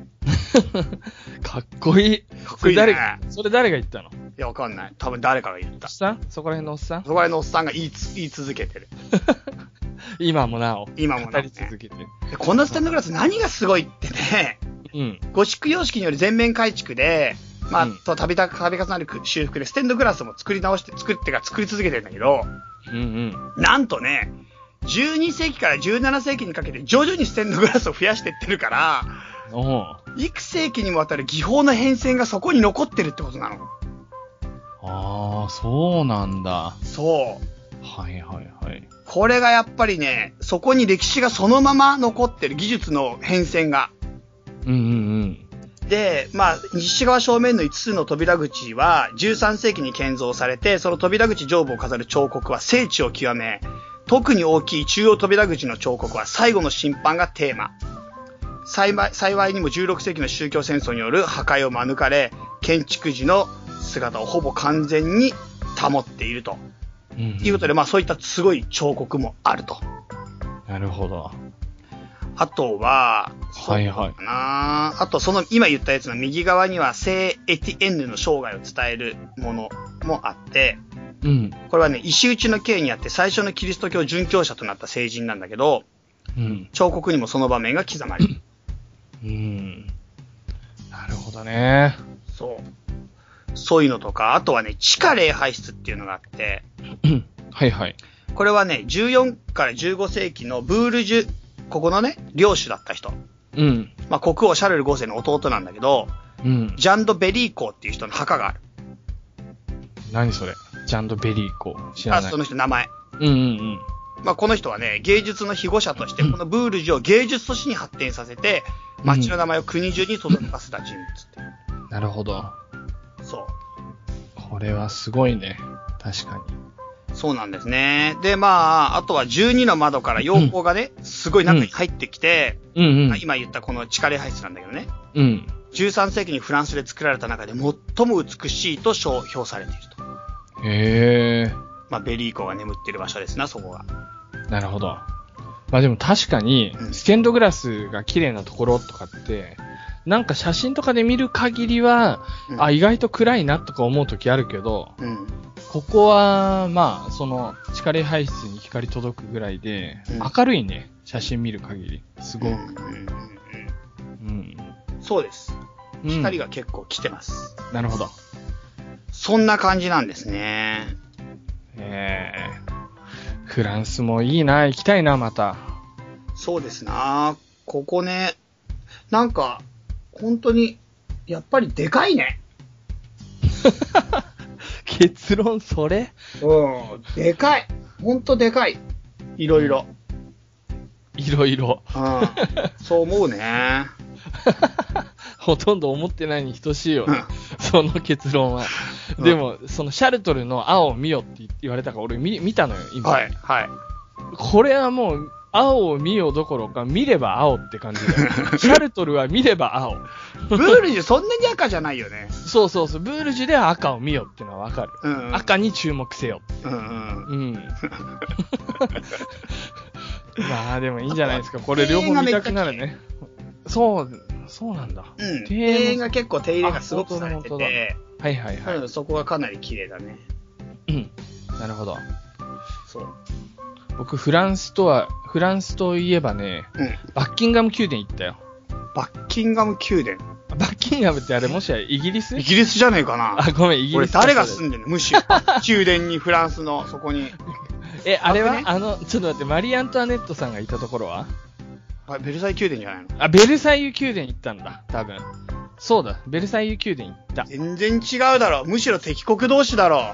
B: [laughs] かっこいい。
A: かっ
B: そ
A: こい
B: れ
A: いね。
B: 誰
A: い
B: が、それ誰が言ったの
A: や、わかんない。多分誰かが言った
B: おっ。さんそこら辺のおっさん
A: そこら辺のおっさんが言いつ言い続けてる。
B: 今もなお。
A: 今もな
B: 語
A: お
B: り
A: ね
B: 続けて。
A: でこのスタンドグラス何がすごいってね、
B: うん。
A: ゴシック様式による全面改築で、まあ、
B: うん
A: と度々度重なる修復でステンドグラスも作り直して、作ってか作り続けてるんだけど、
B: うんうん。
A: なんとね、12世紀から17世紀にかけて徐々にステンドグラスを増やしていってるから、
B: おう
A: 幾世紀にもわたる技法の変遷がそこに残ってるってことなの。
B: ああ、そうなんだ。
A: そう。
B: はいはいはい。
A: これがやっぱりね、そこに歴史がそのまま残ってる技術の変遷が。
B: うんうん
A: で、まあ、西側正面の5つの扉口は13世紀に建造されて、その扉口上部を飾る彫刻は聖地を極め、特に大きい中央扉口の彫刻は最後の審判がテーマ。幸い幸いにも16世紀の宗教戦争による破壊を免れ、建築時の姿をほぼ完全に保っていると。
B: うん。うんん
A: いうことで、まあそういったすごい彫刻もあると。
B: なるほど。
A: あとは、
B: はいはい。
A: かなあと、その、今言ったやつの右側には、聖エティエンヌの生涯を伝えるものもあって、
B: うん。
A: これはね、石打ちの刑にあって最初のキリスト教殉教者となった聖人なんだけど、
B: うん。
A: 彫刻にもその場面が刻まれる。
B: うん。なるほどね。 [clears throat]
A: そう。そういうのとか、あとはね、地下礼拝室っていうのがあって、
B: うんはいはい。
A: これはね、14から15世紀のブールジュ、ここのね、領主だった人。
B: うん。
A: まあ、国王シャルル5世の弟なんだけど、
B: うん。
A: ジャンド・ベリー公っていう人の墓がある。
B: 何それジャンドベリーコ。知ら
A: あ、
B: ない
A: そ。の人名前。
B: うんうん
A: まあ、この人はね、芸術の庇護者として、このブールジュを芸術都市に発展させて、町の名前を国中に届かせた人物っ
B: うん。なるほど。
A: て。そう。
B: これはすごいね。確かに。
A: そうなんですね。で、まあ、あとは12の窓から陽光がね、すごい中に入ってきて、
B: うんうん。
A: 今言ったこの地下礼拝室なんだけどね、
B: うん。
A: 13世紀にフランスで作られた中で最も美しいと評されていると。
B: へえ。
A: まあ、ベリー湖が眠っている場所ですな、そこが。
B: なるほど。まあでも確かに
A: う、ん
B: ステンドグラスが綺麗なところとかって、なんか写真とかで見る限りは、
A: うん
B: あ、意外と暗いなとか思う時あるけど、
A: うん。
B: ここは、まあ、その、地下礼拝室に光届くぐらいで、
A: うん
B: 明るいね、写真見る限り。すご
A: うん
B: く。
A: うん
B: うん。
A: うんそうです。
B: うん
A: 光が結構来てます。
B: なるほど。
A: そんな感じなんですね。
B: ええフランスもいいな、行きたいな、また。
A: そうですな。ここね、なんか、本当に、やっぱりでかいね。
B: [laughs] 結論それ
A: うん、でかい。ほんとでかい。いろいろ。
B: いろいろ。
A: [laughs] うん。そう思うね。
B: ほとんど思ってないに等しいよ
A: う
B: ね
A: ん。
B: その結論
A: う
B: は。
A: ん
B: でも、そのシャルトルの青を見よって言われたから、俺見見たのよ、今。
A: はい、はい。
B: これはもう、青を見よどころか、見れば青って感
A: [laughs]
B: じだよ。シャルトルは見れば青。
A: ブールジュそんなに赤じゃないよね。
B: そうそうそう、ブールジュでは赤を見よってのはわかる。
A: うん、うん。
B: 赤に注目せよ。
A: うんうん。
B: うん。 [laughs] まあでもいいんじゃないですか。これ両方見たくなるね。そう、そうなんだ。
A: うん。庭
B: 庭園
A: 園が結構手入れがすごくされて
B: あ本当だ
A: て、
B: はいはいは
A: うん、そこがかなり綺麗だね。
B: い。うん。なるほど。
A: そう。
B: 僕、フランスとは、フランスといえばね、
A: うん。
B: バッキンガム宮殿行ったよ。
A: バッキンガム宮殿。
B: バッキンガムってあれもしやイギリス
A: イギリスじゃねえかな [laughs]
B: あ、。ごめん、イギ
A: 俺
B: リス。
A: 誰が住んでんのむしろ。 [laughs] 宮殿にフランスの、そこに。
B: え、あれ
A: 危
B: は
A: ね
B: あの、ちょっと待って、マリー・アントワネットさんがいたところは
A: あベルサイユ宮殿じゃないの
B: あ、ベルサイユ宮殿行ったんだ、多分。そうだ、ベルサイユ宮殿行った。
A: 全然違うだろ。むしろ敵国同士だろ。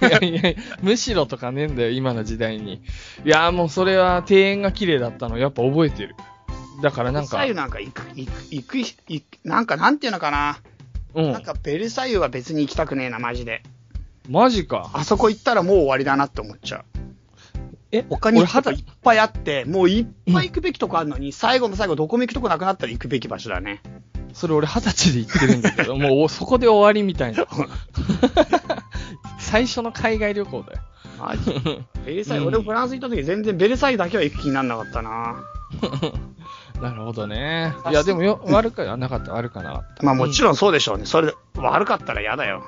B: いやいやむしろとかねえんだよ、今の時代に。いやーもうそれは庭園が綺麗だったの、やっぱ覚えてる。だからなん
A: ベル
B: か
A: サイ、ユなんか行く、行く、行く、行くなんかなんていうのかな。
B: うん
A: なん。かベルサイユは別に行きたくねえな、マジで。
B: マジか。
A: あそこ行ったらもう終わりだなって思っちゃう。
B: え、
A: 他に
B: 俺
A: 行くと
B: 肌
A: こいっぱいあって、もういっぱい行くべきとこあるのに、最後の最後どこも行くとこなくなったら行くべき場所だね。
B: それ俺二十歳で言ってるんだけ [laughs] ど、もうおそこで終わりみたいな。最初の海外旅行だよ。
A: マジ
B: [laughs]
A: ベルサイユ、
B: うん
A: 俺もフランス行った時全然ベルサイユだけは行く気になんなかったな。
B: なるほどね。いや、でもよ、悪くはなかった、悪くはなか [laughs] った。
A: まあもちろんそうでしょうね。それ、悪かったら嫌だよ。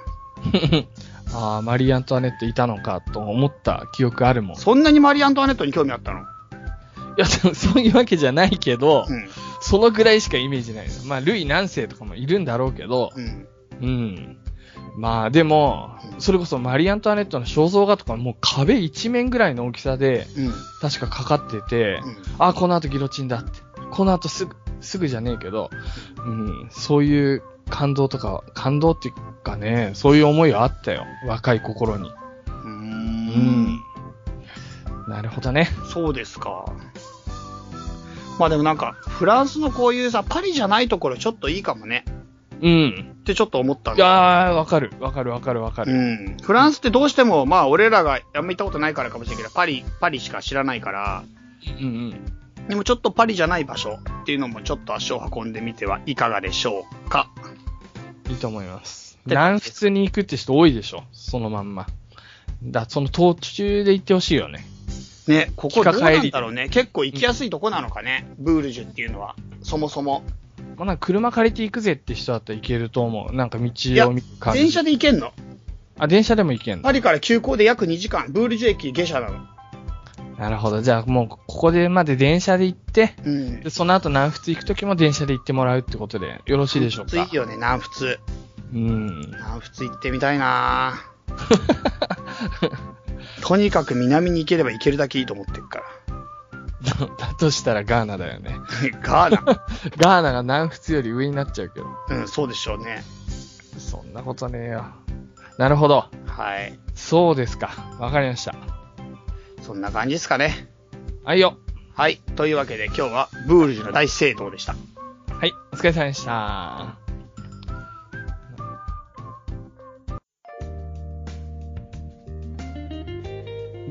B: ああ、マリー・アントワネットいたのかと思った記憶あるもん。い
A: そんなにマリー・アントワネットに興味あったの
B: や、でもそういうわけじゃないけど、
A: うん。
B: そのぐらいしかイメージないの。まあ、ルイ何世とかもいるんだろうけど、
A: うん。
B: うん。まあ、でも、それこそマリー・アントワネットの肖像画とかもう壁一面ぐらいの大きさで、
A: うん。
B: 確かかかってて、
A: うん
B: あ、この後ギロチンだって。この後すぐ、すぐじゃねえけど、うん、そういう感動とか、感動っていうかね、そういう思いはあったよ。若い心に。
A: うー。。
B: うんなるほどね。
A: そうですか。まあでもなんか、フランスのこういうさ、パリじゃないところちょっといいかもね。
B: うん。
A: ってちょっと思ったん
B: いやー、わかる。わかるわかるわか
A: う
B: る。
A: ん。フランスってどうしても、まあ俺らがあんま行ったことないからかもしれないけど、パリ、パリしか知らないから、
B: うんうん。
A: でもちょっとパリじゃない場所っていうのもちょっと足を運んでみてはいかがでしょうか。
B: いいと思います。
A: で
B: 南仏に行くって人多いでしょ。そのまんま。だ、その途中で行ってほしいよね。
A: ね、ここどうなん
D: 帰り
A: だろうね。結構行きやすいとこなのかね。ブールジュっていうのは。そもそも。
D: まあ、なんか車借りて行くぜって人だったら行けると思う。なんか道
A: いや
D: を見る感じ。
A: 電車で行けんの。
D: あ、電車でも行けんの
A: パリから急行で約2時間。ブールジュ駅下車なの。
D: なるほど。じゃあもう、ここでまで電車で行って、
A: うん
D: で。その後南仏行くときも電車で行ってもらうってことでよろしいでしょうか。
A: いいよね、南仏。
D: うん。 [laughs]
A: 南仏行ってみたいなとにかく南に行ければ行けるだけいいと思ってるから。
D: だとしたらガーナだよね。 [laughs]
A: [laughs] ガーナ。
D: ガーナが南仏より上になっちゃうけど。
A: うん、そうでしょうね。
D: そんなことねえよ。なるほど。
A: はい。
D: そうですか。わかりました。
A: そんな感じですかね。
D: はいよ。
A: はい。というわけで今日はブールジュの大聖堂でした。
D: はい。お疲れ様でした。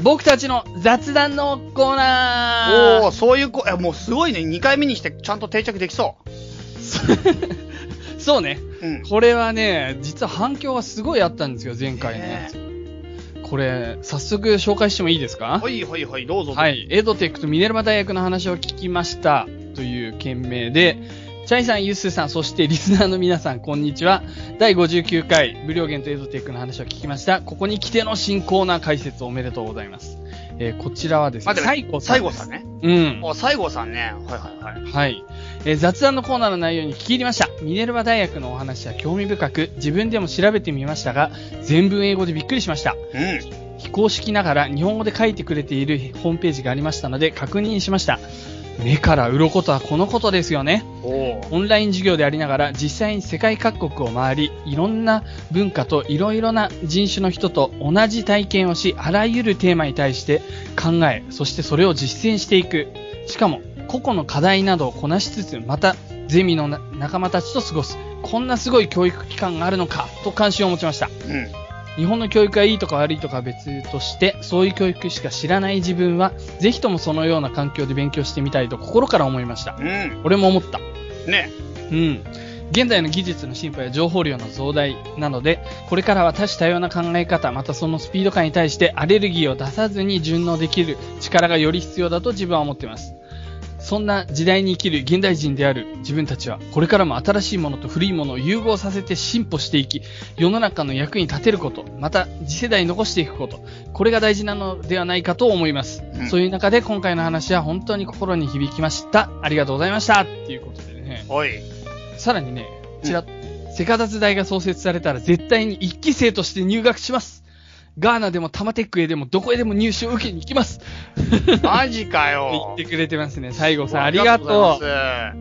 B: 僕たちの雑談のコーナー
A: おおーそういうこ、え、もうすごいね。2回目にしてちゃんと定着できそ
B: [laughs] そうね。
A: う。うん。
B: これはね、実は反響がすごいあったんですよ、前回のやつ。これ、早速紹介してもいいですか
A: ほいほいほい、どうぞ。。
B: はいい。エドテックとミネルバ大学の話を聞きました。という件名で、チャイさん、ユッスーさん、そしてリスナーの皆さん、こんにちは。第59回、無料限とエドテックの話を聞きました。ここに来ての新コーナー解説おめでとうございます。えーこちらはですね、
A: 待って待って、西郷さん
B: ね。
A: ね。
B: うん。
A: お、西郷さんね。はいはいはい。
B: はい。えー雑談のコーナーの内容に聞き入りました。ミネルバ大学のお話は興味深く、自分でも調べてみましたが、全文英語でびっくりしました。
A: うん。
B: 非公式ながら日本語で書いてくれているホームページがありましたので確認しました。目から鱗とはこのことですよね。
A: おー
B: オンライン授業でありながら実際に世界各国を回り、いろんな文化といろいろな人種の人と同じ体験をし、あらゆるテーマに対して考え、そしてそれを実践していく。しかも、個々の課題などをこなしつつ、またゼミのな仲間たちと過ごす。こんなすごい教育機関があるのか、と関心を持ちました。
A: うん。
B: 日本の教育がいいとか悪いとかは別として、そういう教育しか知らない自分は、ぜひともそのような環境で勉強してみたいと心から思いました。
A: うん。
B: 俺も思った。
A: ね。
B: うん。現在の技術の進歩や情報量の増大なので、これからは多種多様な考え方、またそのスピード感に対してアレルギーを出さずに順応できる力がより必要だと自分は思っています。そんな時代に生きる現代人である自分たちは、これからも新しいものと古いものを融合させて進歩していき、世の中の役に立てること、また次世代に残していくこと、これが大事なのではないかと思います。
A: うん
B: そういう中で今回の話は本当に心に響きました。ありがとうございました。っていうことでね。
A: おい。
B: さらにね、ちらっと、セカダツ大が創設されたら絶対に一期生として入学します。ガーナでもタマテックへでもどこへでも入試を受けに行きます。
A: マジか
B: [laughs] 言
A: よ
B: っ。てくれてますね。西郷さん、ありがとう。
A: う。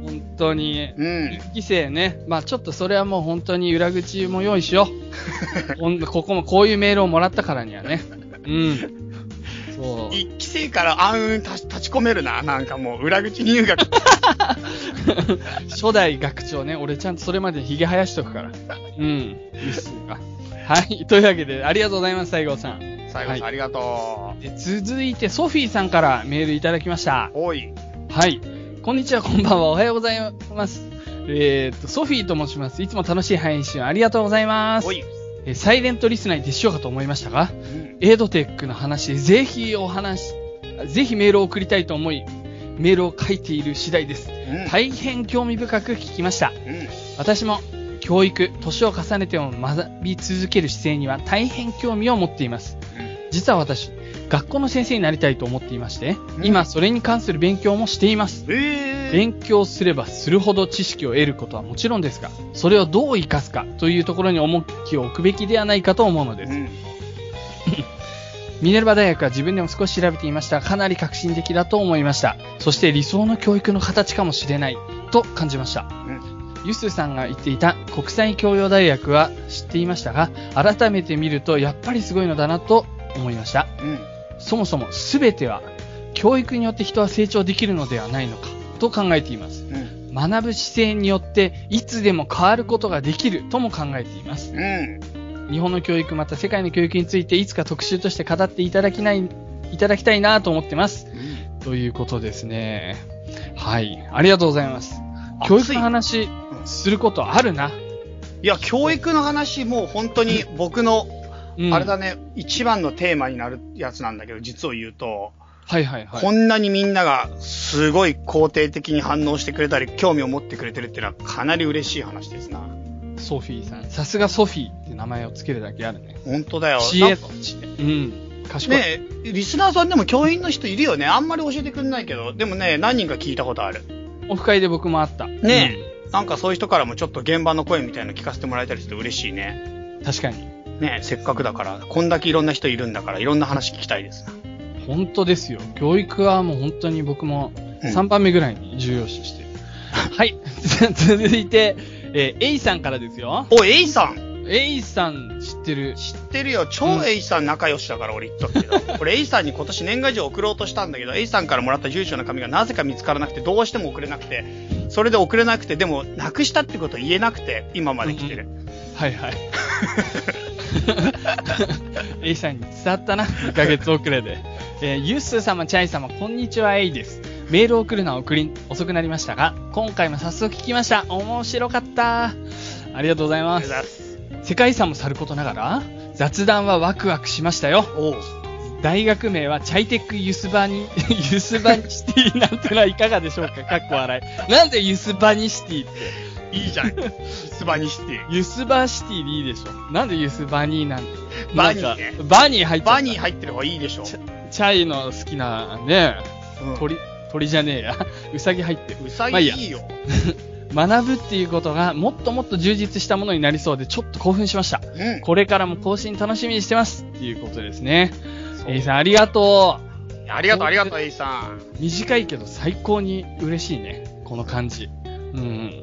B: 本当に。
A: うん。
B: 一期生ね。まあちょっとそれはもう本当に裏口も用意しよ [laughs] う。ほんここもこういうメールをもらったからにはね。 [laughs] うん。そう。
A: 一期生から暗雲立ち立ち込めるな。なんかもう、裏口入学。 [laughs]
B: 初代学長ね、俺ちゃんとそれまでひげ生やしとくから。うん。ミスが。はい。というわけで、ありがとうございます、西郷さん。
A: 最後
B: はい
A: さん、ありがと
B: で続いて、ソフィーさんからメールいただきました
A: う。。おい。
B: はい。こんにちは、こんばんは。おはようございます。えーっと、ソフィーと申します。いつも楽しい配信をありがとうございます
A: お。い。
B: えーサイレントリスナーに徹しようかと思いましたが、
A: うん
B: エイドテックの話、ぜひお話、ぜひメールを送りたいと思い、メールを書いている次第です。
A: うん
B: 大変興味深く聞きました。
A: うん
B: 私も教育、年を重ねても学び続ける姿勢には大変興味を持っています。実は私、学校の先生になりたいと思っていまして、
A: うん
B: 今それに関する勉強もしています。
A: えー。
B: 勉強すればするほど知識を得ることはもちろんですが、それをどう活かすかというところに重きを置くべきではないかと思うのです
A: う。ん
B: ミネルバ大学は自分でも少し調べていましたが、かなり革新的だと思いました。そして理想の教育の形かもしれないと感じました。ユスさんが言っていた国際教養大学は知っていましたが、改めて見るとやっぱりすごいのだなと思いました。
A: うん。
B: そもそも全ては教育によって人は成長できるのではないのかと考えています。
A: うん。
B: 学ぶ姿勢によっていつでも変わることができるとも考えています。
A: うん。
B: 日本の教育また世界の教育についていつか特集として語っていただきないいただきたいなと思ってますということですねはいありがとうございます教育の話することあるな、
A: いや、教育の話、もう本当に僕の、
B: うん、
A: あれだね、一番のテーマになるやつなんだけど、実を言うと、
B: はいはいはい。
A: こんなにみんながすごい肯定的に反応してくれたり、興味を持ってくれてるってのはかなり嬉しい話ですな。
B: ソフィーさん。さすがソフィーって名前をつけるだけあるね。
A: 本当だよ。
B: 知
A: な
B: 恵
A: んか、
B: うん。賢い。
A: ねえ、リスナーさんでも教員の人いるよね。あんまり教えてくんないけど、でもね、何人か聞いたことある。
B: オフ会で僕もあった。
A: ねえ、なんかそういう人からもちょっと現場の声みたいの聞かせてもらえたりして嬉しいね。
B: え。確かに。
A: ねえ、せっかくだから、こんだけいろんな人いるんだから、いろんな話聞きたいですな。
B: 本当ですよ。教育はもう本当に僕も
A: うん
B: 3番目ぐらいに重要視してる。はい。 [laughs] 続いて、えー、エイさんからですよ。
A: お、エイさん
B: エイさん知ってる
A: 知ってるよ。超エイさん仲良しだから俺言っとくけ
B: [laughs]
A: ど。俺エイさんに今年年賀状送ろうとしたんだけど、エイさんからもらった住所の紙がなぜか見つからなくて、どうしても送れなくて、それで送れなくて、でも、なくしたってこと言えなくて、今まで来てる。
B: はいはい。エイさんに伝わったな、2ヶ月遅れで。えーユッスー様、チャイ様、こんにちは、エイです。メールを送るのは送り遅くなりましたが、今回も早速聞きました。面白かった。ありがとうござい
A: あ
B: ま
A: り
B: す
A: が。とうございます。
B: 世界遺産もさることながら、雑談はワクワクしましたよ。
A: おう
B: 大学名はチャイテックユスバニ、 [laughs] ユスバニシティなんてのはいかがでしょうかかっこ笑い。なんでユスバニシティって。
A: いいじゃん。スバニシティ。
B: ユスバーシティでいいでしょ。なんでユスバニーなんて。
A: バニー
B: なんか
A: ね
B: バニー入っちゃった。
A: バニー入ってる方がいいでしょ。
B: チャイの好きなね、
A: うん
B: 鳥、鳥じゃねえや。 [laughs] ウサギ入ってる。
A: うさ
B: まあい
A: ぎ
B: い
A: いいよ。
B: や。学ぶっていうことがもっともっと充実したものになりそうでちょっと興奮しました。
A: うん。
B: これからも更新楽しみにしてます。っていうことですね。
A: そう
B: エイさんありがと
A: ありがとう、ありがとう、エイさん。
B: う。短いけど最高に嬉しいね。この感じ。うんうん。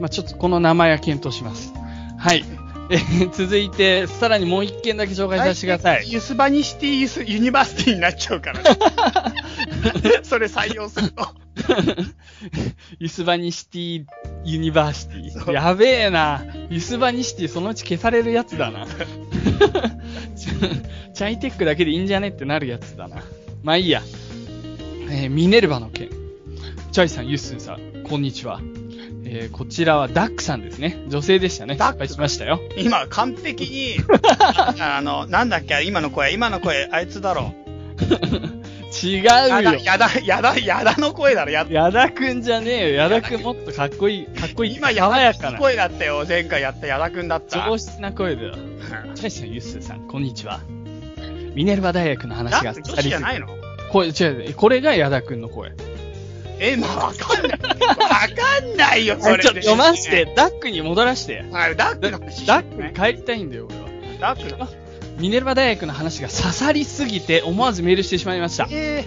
B: まあ、ちょっとこの名前は検討します。はい。えー続いて、さらにもう一件だけ紹介させてください。
A: ユスバニシティユスユニバーシティになっちゃう
B: [laughs]
A: からね。それ採用すると。
B: [laughs] ユスバニシティユニバーシテ
A: そ
B: ィ。
A: う
B: やべえな。ユスバニシティそのうち消されるやつだな。 [laughs] チャチャイテックだけでいいんじゃねってなるやつだな。まあいいや。えーミネルヴァの件。チャイさん、ユッスンさん、こんにちは。えーこちらはダックさんですね。女性でしたね。
A: ダック
B: 失敗しましたよ。
A: 今、完璧
B: [laughs]
A: に、あの、なんだっけ、今の声、今の声、あいつだろ。
B: 違う
A: やだ、
B: よ。
A: やだ、やだ、やだの声だろ、やだ。
B: 矢田くんじゃねえよ。矢田くんもっとかっこいい、かっこいい。
A: 今、や
B: や
A: だ
B: やかな。
A: 声だったよ、前回やったやだくんだった。
B: 上質な声だ。チャイさん、ユッスーさん、こんにちは。ミネルヴァ大学の
A: だっ
B: 話
A: て
B: が
A: 女子じゃないの
B: これ、違う、これが矢田くんの声。
A: え、まあ、わかんない。わかんないよ、それ。
B: [laughs] ちょっと読ませ。て、ダックに戻らして。
A: はい、ダックの
B: ダ
A: 話
B: ダックに帰りたいんだよ、俺
A: ダ
B: は。
A: ックの。
B: ミネルヴァ大学の話が刺さりすぎて思わずメールしてしまいました。
A: え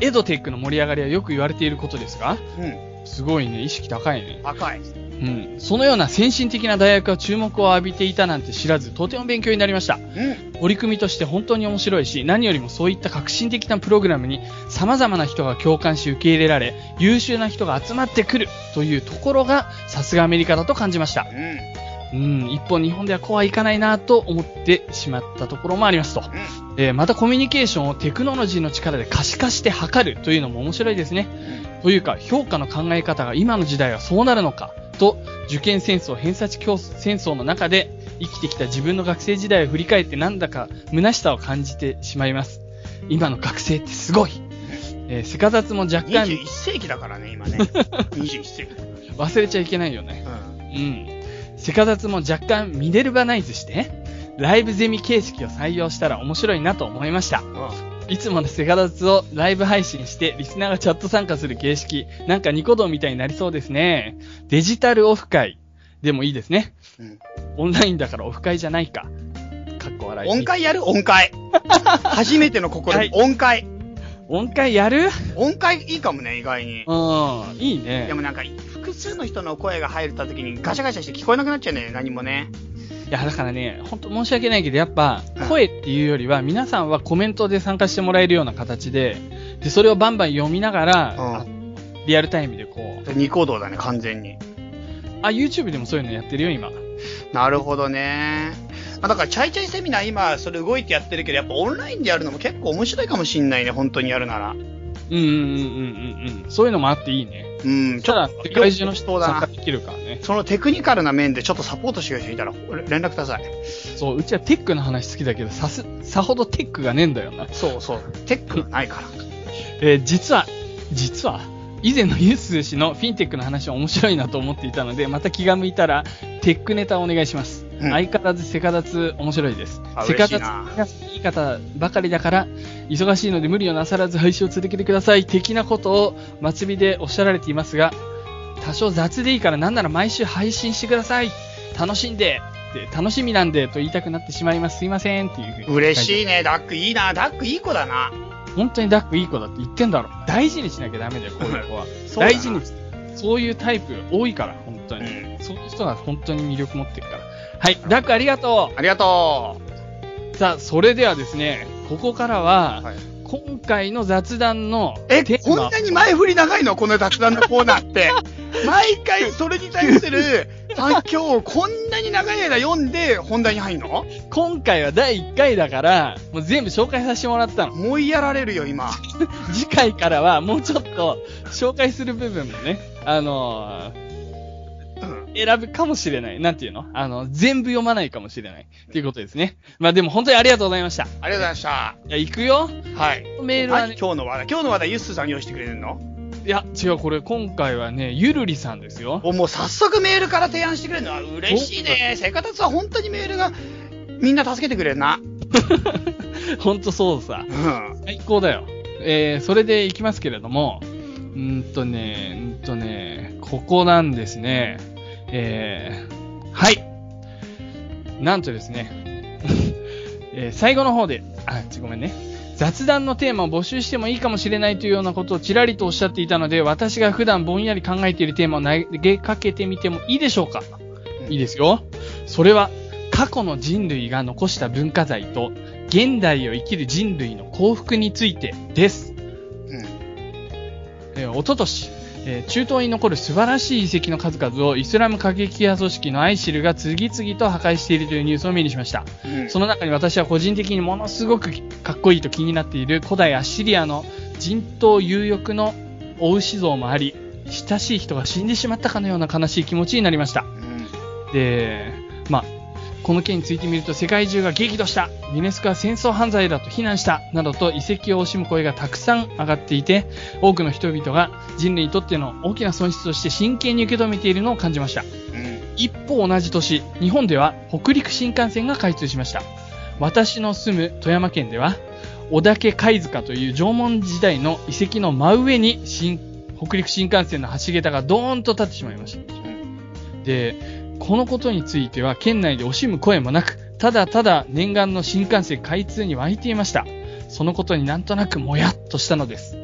B: エドテックの盛り上がりはよく言われていることですが、
A: ー、うん、
B: すごいね、意識高いね。
A: 赤い。
B: うん。そのような先進的な大学が注目を浴びていたなんて知らず、とても勉強になりました。
A: うん、
B: 折り組みとして本当に面白いし、何よりもそういった革新的なプログラムに様々な人が共感し受け入れられ、優秀な人が集まってくるというところが、さすがアメリカだと感じました。
A: うん。
B: うん、一方日本ではこうはいかないなと思ってしまったところもありますと。
A: う
B: えーまたコミュニケーションをテクノロジーの力で可視化して測るというのも面白いですね。というか、評価の考え方が今の時代はそうなるのかと、受験戦争、偏差値競争戦争の中で生きてきた自分の学生時代を振り返ってなんだか虚しさを感じてしまいます。今の学生ってすごい。えー、セカザツも若
A: ん、
B: 干
A: 21世紀だからね、
B: [laughs]
A: 今ね。21世紀。
B: 忘れちゃいけないよね。
A: うん。
B: うん。セカザツも若干ミネルバナイズして、ライブゼミ形式を採用したら面白いなと思いました。いつものセカザツをライブ配信して、リスナーがチャット参加する形式、なんかニコ動みたいになりそうですね。デジタルオフ会でもいいですね。
A: うん
B: オンラインだからオフ会じゃないか。かっこ笑い。
A: 音階やる音
B: [laughs]
A: 階。初めての試
B: はい
A: み、音階。
B: 音階やる
A: 音階いいかもね、意外に。
B: うん、いいね
A: で。もなんか、複数の人の声が入った時にガシャガシャして聞こえなくなっちゃうんだよね、何もね。
B: いや、だからね、ほんと申し訳ないけど、やっぱ
A: うん、
B: 声っていうよりは、皆さんはコメントで参加してもらえるような形で、で、それをバンバン読みながら、
A: うん
B: あリアルタイムでこう、
A: ニコ動だね、完全に。
B: あ、YouTube でもそういうのやってるよ、今。
A: なるほどね。まあ、だから、チャイチャイセミナー今、それ動いてやってるけど、やっぱオンラインでやるのも結構面白いかもしんないね、本当にやるなら。
B: うんうんうんうんうんうん。そういうのもあっていいね。
A: うん、ち
B: た
A: ょ
B: だ
A: っ、と、
B: 世界中の人
A: そうだ
B: 参加
A: な。
B: できるからね。
A: そのテクニカルな面でちょっとサポートしてくれる人いたら、連絡ください。
B: そう、うちはテックの話好きだけど、さす、さほどテックがねえんだよな。
A: そうそう。テックがないから。
B: えー実は、実は、以前のユース氏のフィンテックの話は面白いなと思っていたので、また気が向いたら、テックネタお願いします。
A: うん
B: 相変わらずセカダツ面白いです
A: あ。
B: セカ
A: 嬉しいな
B: ダツ、いい方ばかりだから、忙しいので無理をなさらず配信を続けてください。的なことを祭りでおっしゃられていますが、多少雑でいいからなんなら毎週配信してください。楽しんでって楽しみなんでと言いたくなってしまいます。すいませんっていうふうに。
A: 嬉
B: い。
A: しいね、ダックいいな、ダックいい子だな。
B: 本当にダックいい子だって言ってんだろ。大事にしなきゃ
A: [laughs]
B: ダメだよ、こういう子は。
A: そうだな
B: 大事に。そういうタイプ多いから、本当
A: う
B: に。
A: ん。
B: そういう人が本当に魅力持ってるから。はい、ダックありがと
A: ありがと
B: うさあ、それではですね、ここから
A: う。
B: は、
A: はい、
B: 今回の雑談の
A: え、
B: テー
A: こん
B: マ
A: なに前振り長いのこの雑談のコーナー
B: [laughs]
A: って。毎回それに対する反響をこんなに長い間読んで本題に入んの
B: 今回は第1回だから、もう全部紹介させてもらったの。
A: 思いやられるよ、今。
B: [laughs] 次回からはもうちょっと紹介する部分もね、あのー
A: うん
B: 選ぶかもしれない。なんていうのあの、全部読まないかもしれない。っていうことですね。まあでも本当にありがとうございました。
A: ありがとうございました。
B: いや、行くよ。
A: はい。
B: メールは
A: 何
B: ね、
A: 今日の話題、今日の話題、ユッスーさん用意してくれるの
B: いや、違う、これ今回はね、ゆるりさんですよ。 [laughs]
A: おもう早速メールから提案してくれるのは嬉しいね。生活は本当にメールがみんな助けてくれるな。
B: ほんとそうさ
A: う。ん。
B: 最高だよ。えー、それでいきますけれども、うーんとね、うーんとね、ここなんですね。えー、はい。なんとですね、 [laughs] えー最後の方で、あ、ちごめんね。雑談のテーマを募集してもいいかもしれないというようなことをちらりとおっしゃっていたので、私が普段ぼんやり考えているテーマを投げかけてみてもいいでしょうかいいですよ。それは、過去の人類が残した文化財と、現代を生きる人類の幸福についてです。
A: うん。
B: えー、おととし、えー中東に残る素晴らしい遺跡の数々をイスラム過激派組織のアイシルが次々と破壊しているというニュースを目にしました。
A: うん
B: その中に私は個人的にものすごくかっこいいと気になっている古代アッシリアの人頭有力のお牛像もあり、親しい人が死んでしまったかのような悲しい気持ちになりました。
A: うん
B: で、まあ、この件についてみると世界中が激怒した、ユネスコは戦争犯罪だと非難した、などと遺跡を惜しむ声がたくさん上がっていて、多くの人々が人類にとっての大きな損失として真剣に受け止めているのを感じました。
A: うん
B: 一方同じ年、日本では北陸新幹線が開通しました。私の住む富山県では、小竹貝塚という縄文時代の遺跡の真上に新北陸新幹線の橋桁がドーンと立ってしまいました。で、このことについては県内で惜しむ声もなく、ただただ念願の新幹線開通に湧いていました。そのことになんとなくもやっとしたのです。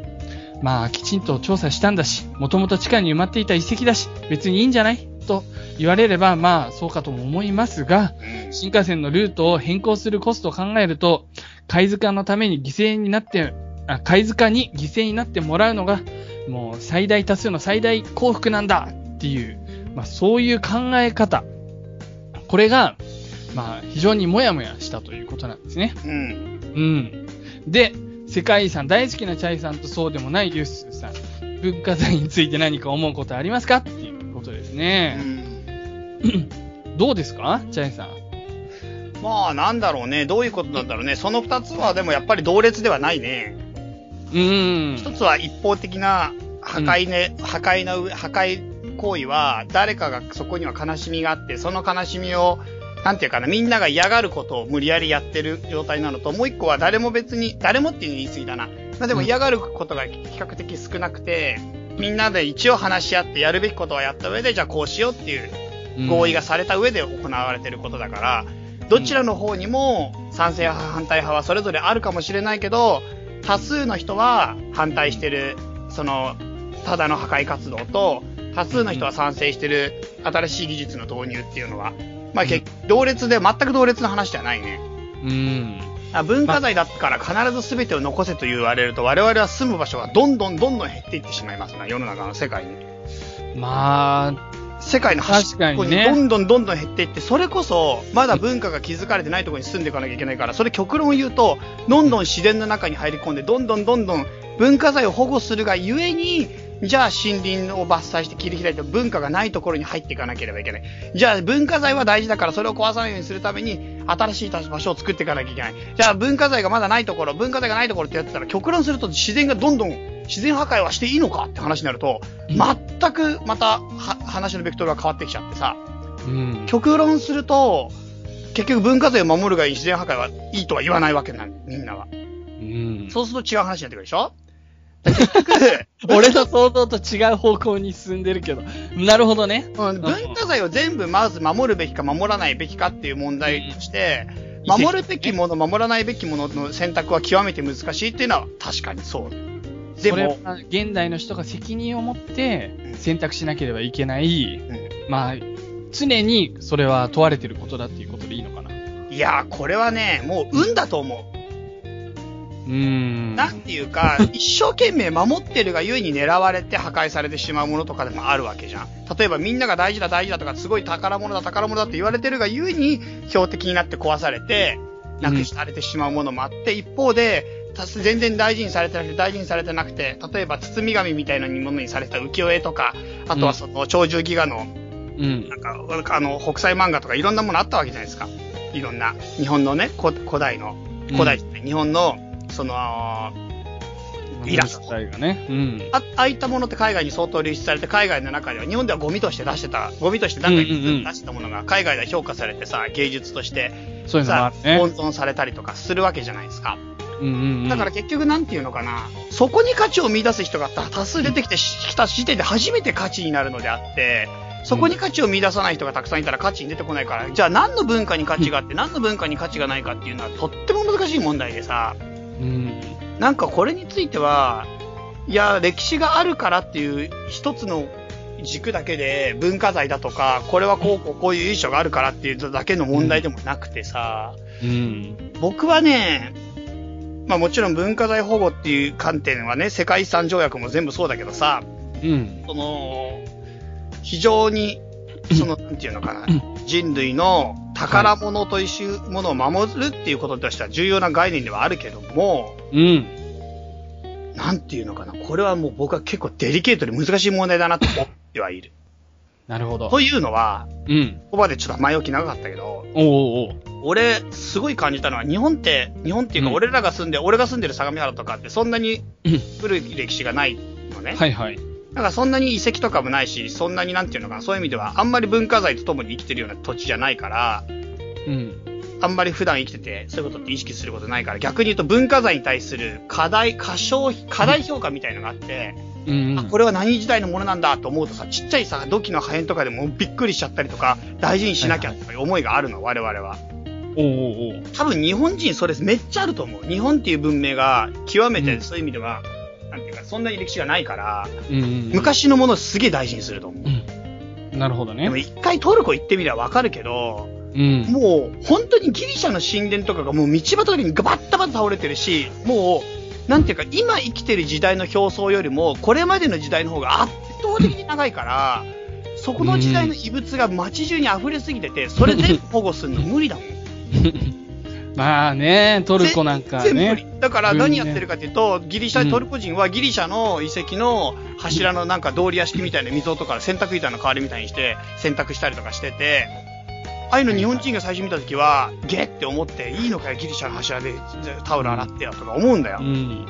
B: まあ、きちんと調査したんだし、もともと地下に埋まっていた遺跡だし、別にいいんじゃないと言われれば、まあ、そうかとも思いますが、
A: うん
B: 新幹線のルートを変更するコストを考えると、貝塚のために犠牲になって、あ貝塚に犠牲になってもらうのが、もう最大多数の最大幸福なんだっていう、まあそういう考え方。これが、まあ非常にもやもやしたということなんですね。
A: うん。
B: うん。で、世界遺産大好きなチャイさんとそうでもないリュッスーさん、文化財について何か思うことありますかっていうことです
A: う
B: ね。
A: ん
B: どうですかチャイさん。
A: まあ、なんだろうね。どういうことなんだろうね。その二つはでもやっぱり同列ではないね。
B: うん。
A: 一つは一方的な破壊ね、破壊の上、破壊行為は、誰かがそこには悲しみがあって、その悲しみを、なんていうかな、みんなが嫌がることを無理やりやってる状態なのと、もう一個は誰も別に、誰もっていうの言い過ぎだな。まあでも
B: うん
A: 嫌がることが比較的少なくて、みんなで一応話し合ってやるべきことはやった上で、じゃあこうしようっていう合意がされた上で行われてることだから、どちらの方にも賛成派反対派はそれぞれあるかもしれないけど多数の人は反対してるそのただの破壊活動と多数の人は賛成してる新しい技術の導入っていうのは、まあ、け同列で全く同列の話じゃないね
B: うん。
A: あ文化財だから必ず全てを残せと言われると我々は住む場所がどんどんどんどん減っていってしまいますな世の中の世界に。
B: まあ、
A: 世界の端っこ
B: 確
A: に
B: かにね
A: どんどんどんどん減っていって、それこそまだ文化が築かれてないところに住んでいかなきゃいけないからそれ極論言うとどんどん自然の中に入り込んでどんどんどんどん文化財を保護するがゆえにじゃあ森林を伐採して切り開いて文化がないところに入っていかなければいけない。じゃあ文化財は大事だからそれを壊さないようにするために新しい場所を作っていかなきゃいけない。じゃあ文化財がまだないところ、文化財がないところってやってたら極論すると自然がどんどん自然破壊はしていいのかって話になると、全くまたは話のベクトルが変わってきちゃってさ、
E: うん。
A: 極論すると結局文化財を守るがいい自然破壊はいいとは言わないわけなんみんなは。
E: うん。
A: そうすると違う話になってくるでしょ結局、
E: 俺の想像と違う方向に進んでるけど。なるほどね。
A: うん、文化財を全部まず守るべきか守らないべきかっていう問題として、
E: うん
A: 守るべきもの、守らないべきものの選択は極めて難しいっていうのは確かにそう。で
E: それ
A: も、
E: は現代の人が責任を持って選択しなければいけない、まあ、常にそれは問われてることだっていうことでいいのかな。う
A: いやー、これはね、もう運だと思う。
E: ーん。
A: なんていうか、一生懸命守ってるがゆえに狙われて破壊されてしまうものとかでもあるわけじゃん。例えばみんなが大事だ大事だとか、すごい宝物だ宝物だって言われてるがゆえに、標的になって壊されて、なくされてしまうものもあって、一方で、たす全然大事にされてなくて、大事にされてなくて、例えば包み紙みたいなものにされた浮世絵とか、あとはその鳥獣戯画の、
E: うん
A: な。んか、なんかあの、北斎漫画とかいろんなものあったわけじゃないですか。いろんな、日本のね、古古代の、古代じゃない、日本の、その、イラス
E: ト。がね。うん。
A: あああいったものって海外に相当流出されて、海外の中では、日本ではゴミとして出してた、ゴミとしてなんか
E: うんうんうん
A: 出してたものが、海外では評価されてさ、芸術として
E: そういうのもあ
A: さ、
E: る
A: 温
E: ね。
A: 存されたりとかするわけじゃないですか。
E: うんうんうん。
A: だから結局なんていうのかな、そこに価値を見出す人が多多数出てきてしきた時点で初めて価値になるのであって、そこに価値を見出さない人がたくさんいたら価値に出てこないから、じゃあ何の文化に価値があって、何の文化に価値がないかっていうのはとっても難しい問題でさ、
E: うん。
A: なんかこれについては、いや、歴史があるからっていう一つの軸だけで文化財だとか、これはこうこうこういう由緒があるからっていうだけの問題でもなくてさ、
E: うん。
A: 僕はね、まあもちろん文化財保護っていう観点はね、世界遺産条約も全部そうだけどさ、
E: うん。
A: その、非常に、その、なんていうのかな、人類の宝物というものを守るっていうこととしては重要な概念ではあるけども、
E: うん。
A: なんていうのかな、これはもう僕は結構デリケートで難しい問題だなと思ってはいる。
E: なるほど。
A: というのは、
E: うん。
A: ここまでちょっと前置き長かったけど、
E: おうおうおう。
A: 俺、すごい感じたのは、日本って、日本っていうか、
E: うん
A: 俺らが住んで、俺が住んでる相模原とかって、そんなに
E: うん
A: 古い歴史がないのね。
E: はいはい。
A: だからそんなに遺跡とかもないし、そんなになんていうのかな、そういう意味では、あんまり文化財とともに生きてるような土地じゃないから、
E: うん。
A: あんまり普段生きてて、そういうことって意識することないから、逆に言うと文化財に対する課題、過小、課題評価みたいのがあって、
E: うん、
A: あ、これは何時代のものなんだと思うとさ、ちっちゃいさ、土器の破片とかでもびっくりしちゃったりとか、大事にしなきゃとかいう思いがあるの、我々は。
E: おうおうおう。
A: 多分日本人それめっちゃあると思う。日本っていう文明が極めてそういう意味では、なんていうか、そんなに歴史がないから、
E: うんうん。
A: 昔のものをすげえ大事にすると思う。
E: うん。なるほど
A: で
E: ね
A: も。一回トルコ行ってみりゃわかるけど、
E: うん。 [laughs]
A: もう本当にギリシャの神殿とかがもう道端とかにガバッタバタ倒れてるし、もう、なんていうか、今生きてる時代の表層よりも、これまでの時代の方が圧倒的に長いから、そこの時代の遺物が街中に溢れすぎてて、それ全部保護するの無理だもん。
E: まあね、トルコなんか
A: 全部無
E: ね。
A: 理だから何やってるかというと、ギリシャ、トルコ人はギリシャの遺跡の柱のなんか通り屋敷みたいな溝とか洗濯板の代わりみたいにして洗濯したりとかしてて、ああいうの日本人が最初見た時は、ゲって思って、いいのかよ、ギリシャの柱でタオル洗ってよとか思うんだよ
E: う。ん。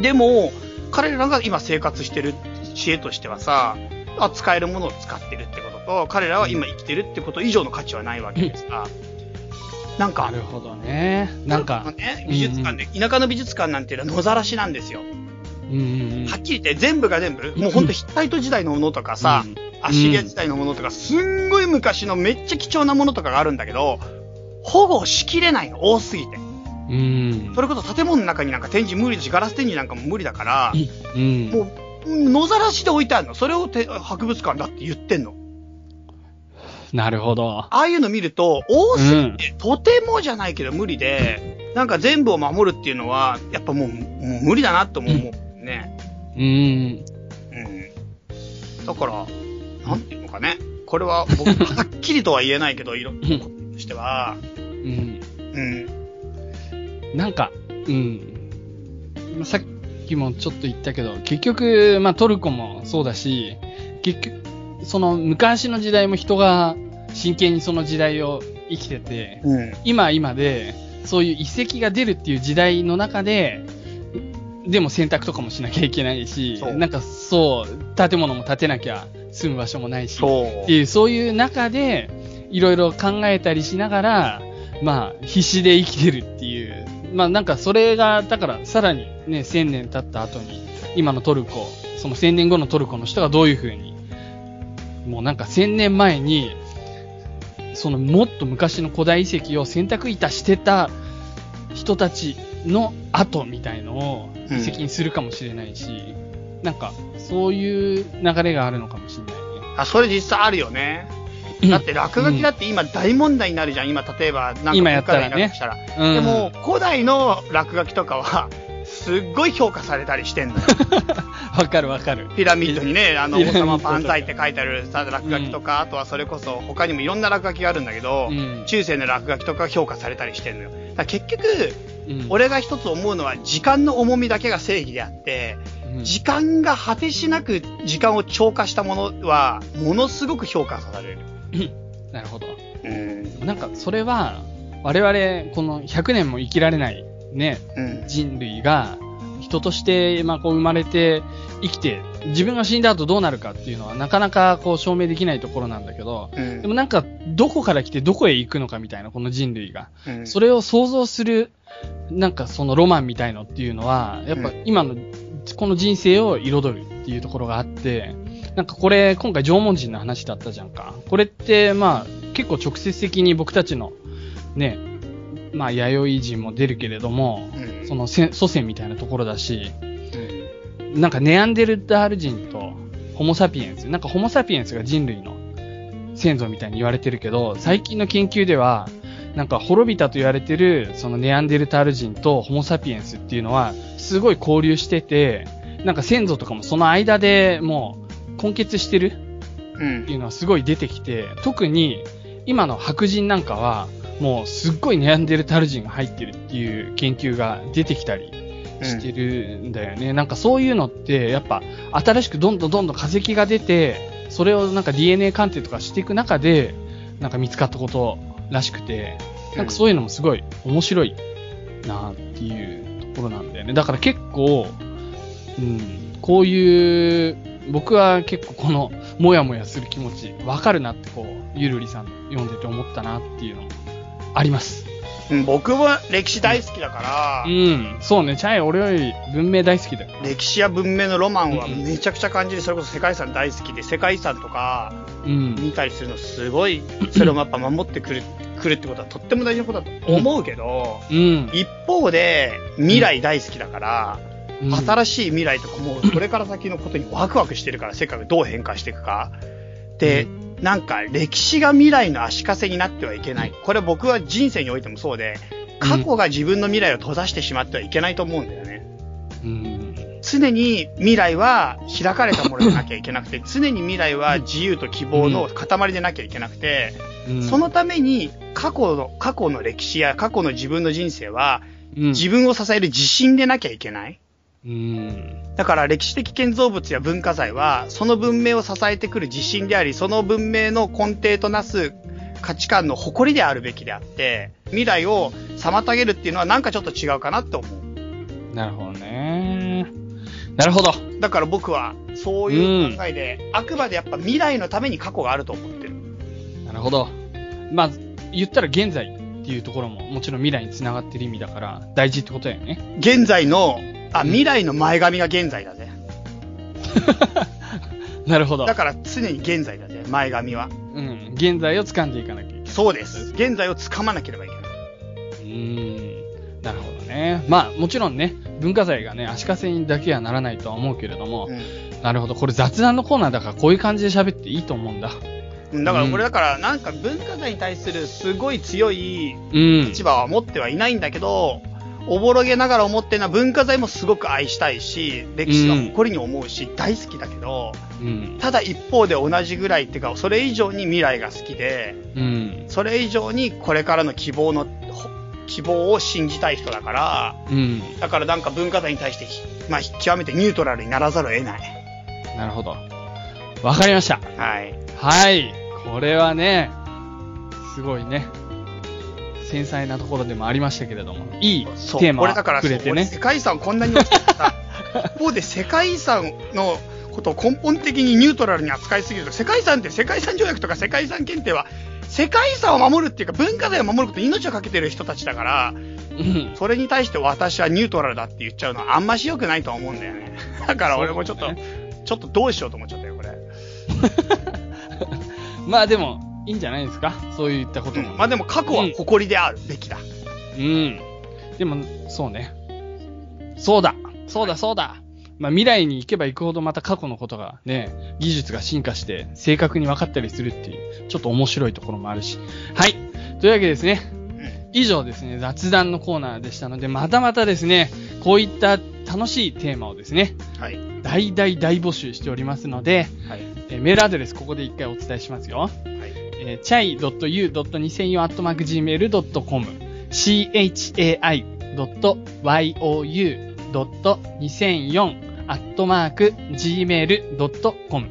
A: でも、彼らが今生活してる知恵としてはさ、あ使えるものを使ってるってことと、彼らは今生きてるってこと以上の価値はないわけですから、なん
E: な
A: か、
E: るほどね。なんか、
A: ね、美術館で、田舎の美術館なんていうのは野ざらしなんですよ。
E: うんうんうん。
A: はっきり言って全部が全部、もうほんとヒッタイト時代のものとかさ、
E: うん
A: アッシリア時代のものとか、すんごい昔のめっちゃ貴重なものとかがあるんだけど、保護しきれないの、多すぎて。
E: うん
A: そ。れこそ建物の中になんか展示無理だし、ガラス展示なんかも無理だから、
E: うん。
A: もう、野ざらしで置いてあるの。それをて博物館だって言ってんの。
E: なるほど。
A: ああいうの見ると、多
E: う
A: すぎ
E: ん。
A: て、とてもじゃないけど無理で、なんか全部を守るっていうのは、やっぱもう、もう無理だなとも思うね。
E: うん。
A: うんだから、なんていうのかね、これは
B: [laughs]
A: 僕、はっきりとは言えないけど、色としては、
E: うん。
A: うん、
E: なんか、うん。さっ
B: きもちょっと言ったけど、結局、まあトルコもそうだし、結局、その昔の時代も人が真剣にその時代を生きてて、
A: うん。
B: 今今で、そういう遺跡が出るっていう時代の中で、でも選択とかもしなきゃいけないし
A: そう、
B: なんかそう、建物も建てなきゃ住む場所もないし、
A: そ
B: って
A: う。
B: いう、そういう中で、いろいろ考えたりしながら、まあ、必死で生きてるっていう。まあ、なんかそれが、だから、さらにね、1000年経った後に、今のトルコ、その1000年後のトルコの人がどういう風に、もうなんか1000年前に、そのもっと昔の古代遺跡を選択いたしてた人たちの後みたいのを遺跡にするかもしれないし、なんかそういう流れがあるのかもしれないね。
A: あ、それ実際あるよね。だって落書きだって今大問題になるじゃん。今例えば、なんか
B: 今やった
A: 文
B: らね
A: 化財なんかしたら
B: うん
A: でも、古代の落書きとかは、すっごい評価されたりしてんのよ。
B: [laughs] わかるわかる。
A: ピラミッドに
B: [laughs]
A: ね、あの、
B: ピ
A: 王
B: ラミッドと
A: 様
B: か
A: 万歳って書いてあるさ落書きとか、あとはそれこそ他にもいろんな落書きがあるんだけど、
B: うん
A: 中世の落書きとか評価されたりしてんのよ。だから結局、
B: うん、
A: 俺が一つ思うのは時間の重みだけが正義であって、
B: うん
A: 時間が果てしなく時間を超過したものは、ものすごく評価される。
B: なるほど。
A: うん。
B: なんか、それは、我々、この100年も生きられない、ね、
A: うん。
B: 人類が、人として、まあ、こう生まれて、生きて、自分が死んだ後どうなるかっていうのは、なかなかこう証明できないところなんだけど、
A: うん
B: でもなんか、どこから来てどこへ行くのかみたいな、この人類が。
A: うん
B: それを想像する、なんかそのロマンみたいのっていうのは、やっぱ
A: うん
B: 今の、この人生を彩るっていうところがあって、なんかこれ、今回縄文人の話だったじゃんか。これって、まあ、結構直接的に僕たちの、ね、まあ、弥生人も出るけれども、
A: うん
B: そのせ祖先みたいなところだし、なんかネアンデルタール人とホモサピエンス、なんかホモサピエンスが人類の先祖みたいに言われてるけど、最近の研究では、なんか滅びたと言われてる、そのネアンデルタール人とホモサピエンスっていうのは、すごい交流してて、なんか先祖とかもその間でもう根結してる
A: う
B: っ
A: ん
B: ていうのはすごい出てきて、特に今の白人なんかは、もうすっごいネアンデルタール人が入ってるっていう研究が出てきたりしてるんだよね。なんかそういうのって、やっぱ新しくどんどんどんどん化石が出て、それをなんか DNA 鑑定とかしていく中で、なんか見つかったことらしくて、なんかそういうのもすごい面白いなっていうところなんだよね。だから結構、うん、こういう、僕は結構この、もやもやする気持ち、わかるなってこう、ゆるりさん読んでて思ったなっていうのもあります。
A: うん僕は歴史大好きだから、
B: うん、そうね、チャイ俺より文明大好きだよ。
A: 歴史や文明のロマンは
B: うん
A: めちゃくちゃ感じる、それこそ世界遺産大好きで、世界遺産とか
B: うん。
A: 見たりするのすごい、それをやっぱ守ってくる、くるってことはとっても大事なことだと思うけど、
B: うん。
A: 一方で未来大好きだから、
B: うん
A: 新しい未来とかもうこれから先のことにワクワクしてるから、世界がどう変化していくか。で、なんか歴史が未来の足かせになってはいけない。これ僕は人生においてもそうで、過去が自分の未来を閉ざしてしまってはいけないと思うんだよね。
B: うん。
A: 常に未来は開かれたものでなきゃいけなくて、常に未来は自由と希望の塊でなきゃいけなくて、
B: うん
A: そのために過去の、過去の歴史や過去の自分の人生は、
B: うん
A: 自分を支える自信でなきゃいけない。
B: うん。
A: だから歴史的建造物や文化財は、その文明を支えてくる自信であり、その文明の根底となす価値観の誇りであるべきであって、未来を妨げるっていうのはなんかちょっと違うかなって思う。
B: なるほどね。なるほど。
A: だから僕は、そういう考えで、あくまでやっぱ未来のために過去があると思ってる。
B: なるほど。まあ、言ったら現在っていうところも、もちろん未来に繋がってる意味だから、大事ってことだよね。 [laughs]
A: 現在の、あ、未来の前髪が現在だぜ。
B: なるほど
A: だ。から常に現在だぜ、前髪は。
B: うん。現在を掴んでいかなきゃいけない。
A: そうです。現在を掴まなければいけない。
B: うーん。なるほどね。まあ、もちろんね、文化財がね、足かせにだけはならないとは思うけれども、
A: う
B: なるほど。これ雑談のコーナーだから、こういう感じで喋っていいと思うんだ。
A: ん。だから
B: うん
A: 俺だから、なんか文化財に対するすごい強い
B: うん。
A: 立場は持ってはいないんだけど、おぼろげながら思ってるのは文化財もすごく愛したいし、歴史は誇りに思うし、大好きだけど、
B: うん。
A: ただ一方で同じぐらいっていうか、それ以上に未来が好きで、
B: うん。
A: それ以上にこれからの希望の、ほ希望を信じたい人だから、
B: うん。
A: だからなんか文化財に対してひまあ、極めてニュートラルにならざるを得ない。
E: なるほど。わかりました。
A: はい。
E: はい。これはね、すごいね、繊細なところでもありましたけれども、いい
A: そう。
E: テーマ
A: 俺だから
E: をくれて
A: そう俺
E: ね
A: 世。界遺産こんなに落ちてさ、
E: [laughs]
A: 一方で世界遺産のことを根本的にニュートラルに扱いすぎると、世界遺産って世界遺産条約とか世界遺産検定は、世界遺産を守るっていうか文化財を守ることに命をかけてる人たちだから、
E: うん
A: それに対して私はニュートラルだって言っちゃうのはあんまし良くないとは思うんだよ
E: [laughs]
A: ね。だから俺もちょっと、
E: そう
A: ちょっとどうしようと思っちゃったよ、これ。
E: [laughs] まあでも、いいんじゃないですかそういったことも。
A: まあでも過去は誇りであるべきだ。
E: うん。でも、そうね。そうだそうだそうだまあ未来に行けば行くほどまた過去のことがね、技術が進化して正確に分かったりするっていう、ちょっと面白いところもあるし。はい。というわけでですね。以上ですね、雑談のコーナーでしたので、またまたですね、こういった楽しいテーマをですね、
A: はい。
E: 大大大募集しておりますので、
A: はい。
E: えーメールアドレスここで一回お伝えしますよ。
A: はい。
E: えー chai.u.2004.gmail.com chai.you.2004.gmail.com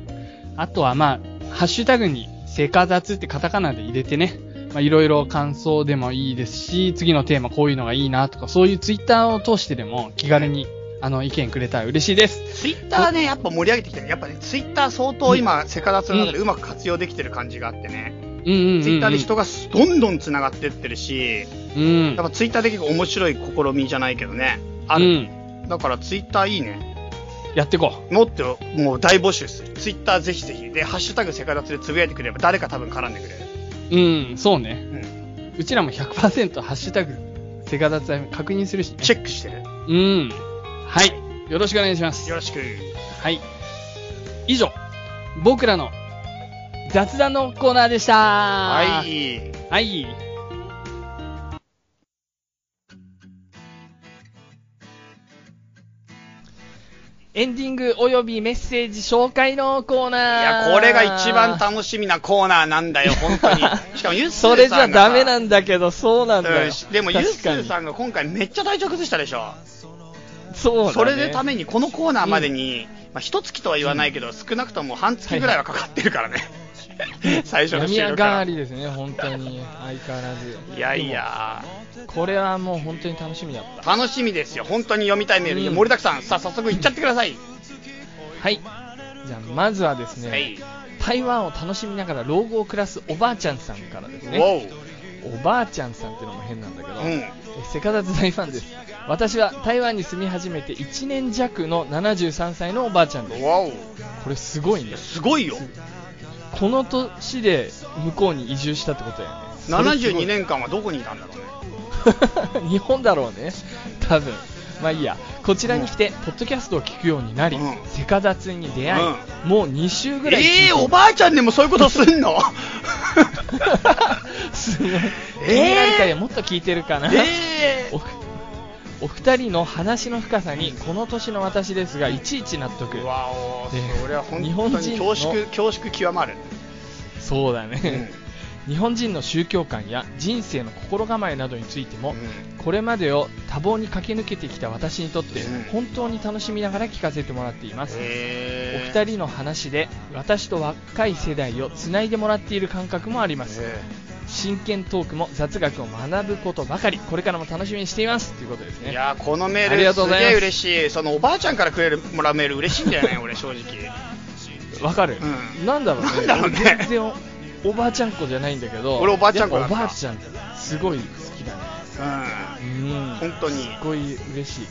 E: あとはまあ、ハッシュタグにセカザツってカタカナで入れてね、まあいろいろ感想でもいいですし、次のテーマこういうのがいいなとか、そういうツイッターを通してでも気軽にあの意見くれたら嬉しいです。
A: ツイッターね、やっぱ盛り上げてきてね。やっぱね、ツイッター相当今、セカダツの中でうまく活用できてる感じがあってね。
E: うんうんうんうん
A: ツイッターで人がどんどん繋がってってるし、
E: うん
A: やっ。ぱツイッターで結構面白い試みじゃないけどね。あ
E: う
A: る。
E: ん。
A: だからツイッターいいね。
E: やってこう。
A: もっともう大募集する。ツイッターぜひぜひ。で、ハッシュタグセカダツでつぶやいてくれれば誰か多分絡んでくれる。
E: うん、そうね。
A: うん。
E: うちらも100%ハッシュタグ、セガダツアイ確認するしね。
A: チェックしてる。
E: うん。はい。よろしくお願いします
A: よ。ろしく。
E: はい。以上、僕らの雑談のコーナーでした。
A: は。
E: はいはい。
C: エンディングおよびメッセージ紹介のコーナ
A: い
C: ー。
A: や、これが一番楽しみなコーナーな
C: [laughs]
A: んだよ、本当に。しかも、ゆっす
C: それ
A: ー
C: じ
A: さ
C: ゃ
A: んがさ
C: ダメなんだけど、そうなんだよ。
A: うんでも、ゆっ
C: 確
A: す
C: かに
A: ーさんが今回めっちゃ体調崩したでしょ。
C: そうだね
A: それでために、このコーナーまでに、まあ、一月とは言わないけど、少なくとも半月ぐらいはかかって
C: [laughs]
A: るからね。最初の
B: 病み
A: 収
B: 上
A: 録か
B: が
A: ら。
B: りですね、本当に。相変わらず。
A: いやいや、
B: でも。これはもう本当に楽しみだった。
A: 楽しみですよ。本当に読みたいメール、
B: うん
A: 盛りだくさん。さあ、早速行っちゃってください。
B: はい。じゃあ、まずはですね、
A: はい。
B: 台湾を楽しみながら老後を暮らすおばあちゃんさんからですね。
A: おう。
B: おばあちゃんさんってのも変なんだけど、
A: うん。
B: えセカダズ大ファンです私は台湾に住み始めて1年弱の73歳のおばあちゃんです
A: わお。
B: これすごいね
A: すごいよ。
B: この年で向こうに移住したってことだよねそれすごい
A: 72年間はどこにいたんだろうね。
B: [laughs] 日本だろうね多分まあいいやこちらに来てポッドキャストを聞くようになり、
A: うん
B: セカダツに出会い、もう2週ぐらい
A: ええおばあちゃんでもそういうことすんの
B: [laughs] すごい、
A: えー
B: 気になる回はもっと聞いてるかな、
A: ええ
B: おお二人の話の深さにこの年の私ですがいちいち納得
A: うわお
B: ね
A: [laughs] それは本
B: 日本
A: 当
B: 人
A: に
B: の
A: 恐縮恐縮極まる、
B: そうだ
A: う
B: ね
A: ん、
B: [laughs] 日本人の宗教観や人生の心構えなどについても、
A: うん
B: これまでを多忙に駆け抜けてきた私にとって
A: うん
B: 本当に楽しみながら聞かせてもらっています、
A: え
B: お二人の話で私と若い世代をつないでもらっている感覚もあります、
A: え
B: 真剣トークも雑学を学ぶことばかりこれからも楽しみにしていますということです
A: えい
B: ね
A: やーこのメー
B: あり
A: ル
B: が
A: す
B: とうございます
A: げえ嬉しいそのおばあちゃんからくれるもらうメール嬉しいんだよね俺正直
B: わかる、
A: うん
B: なんだろうね
A: なんだろうね
B: 全然おおばあちゃん子じゃないんだけど
A: 俺おばあちゃん子
B: や
A: だ
B: っ
A: っ
B: ぱ
A: た
B: おばあちゃんすごい好きだね
A: う
B: うん
A: ん本当に
B: すごい嬉しい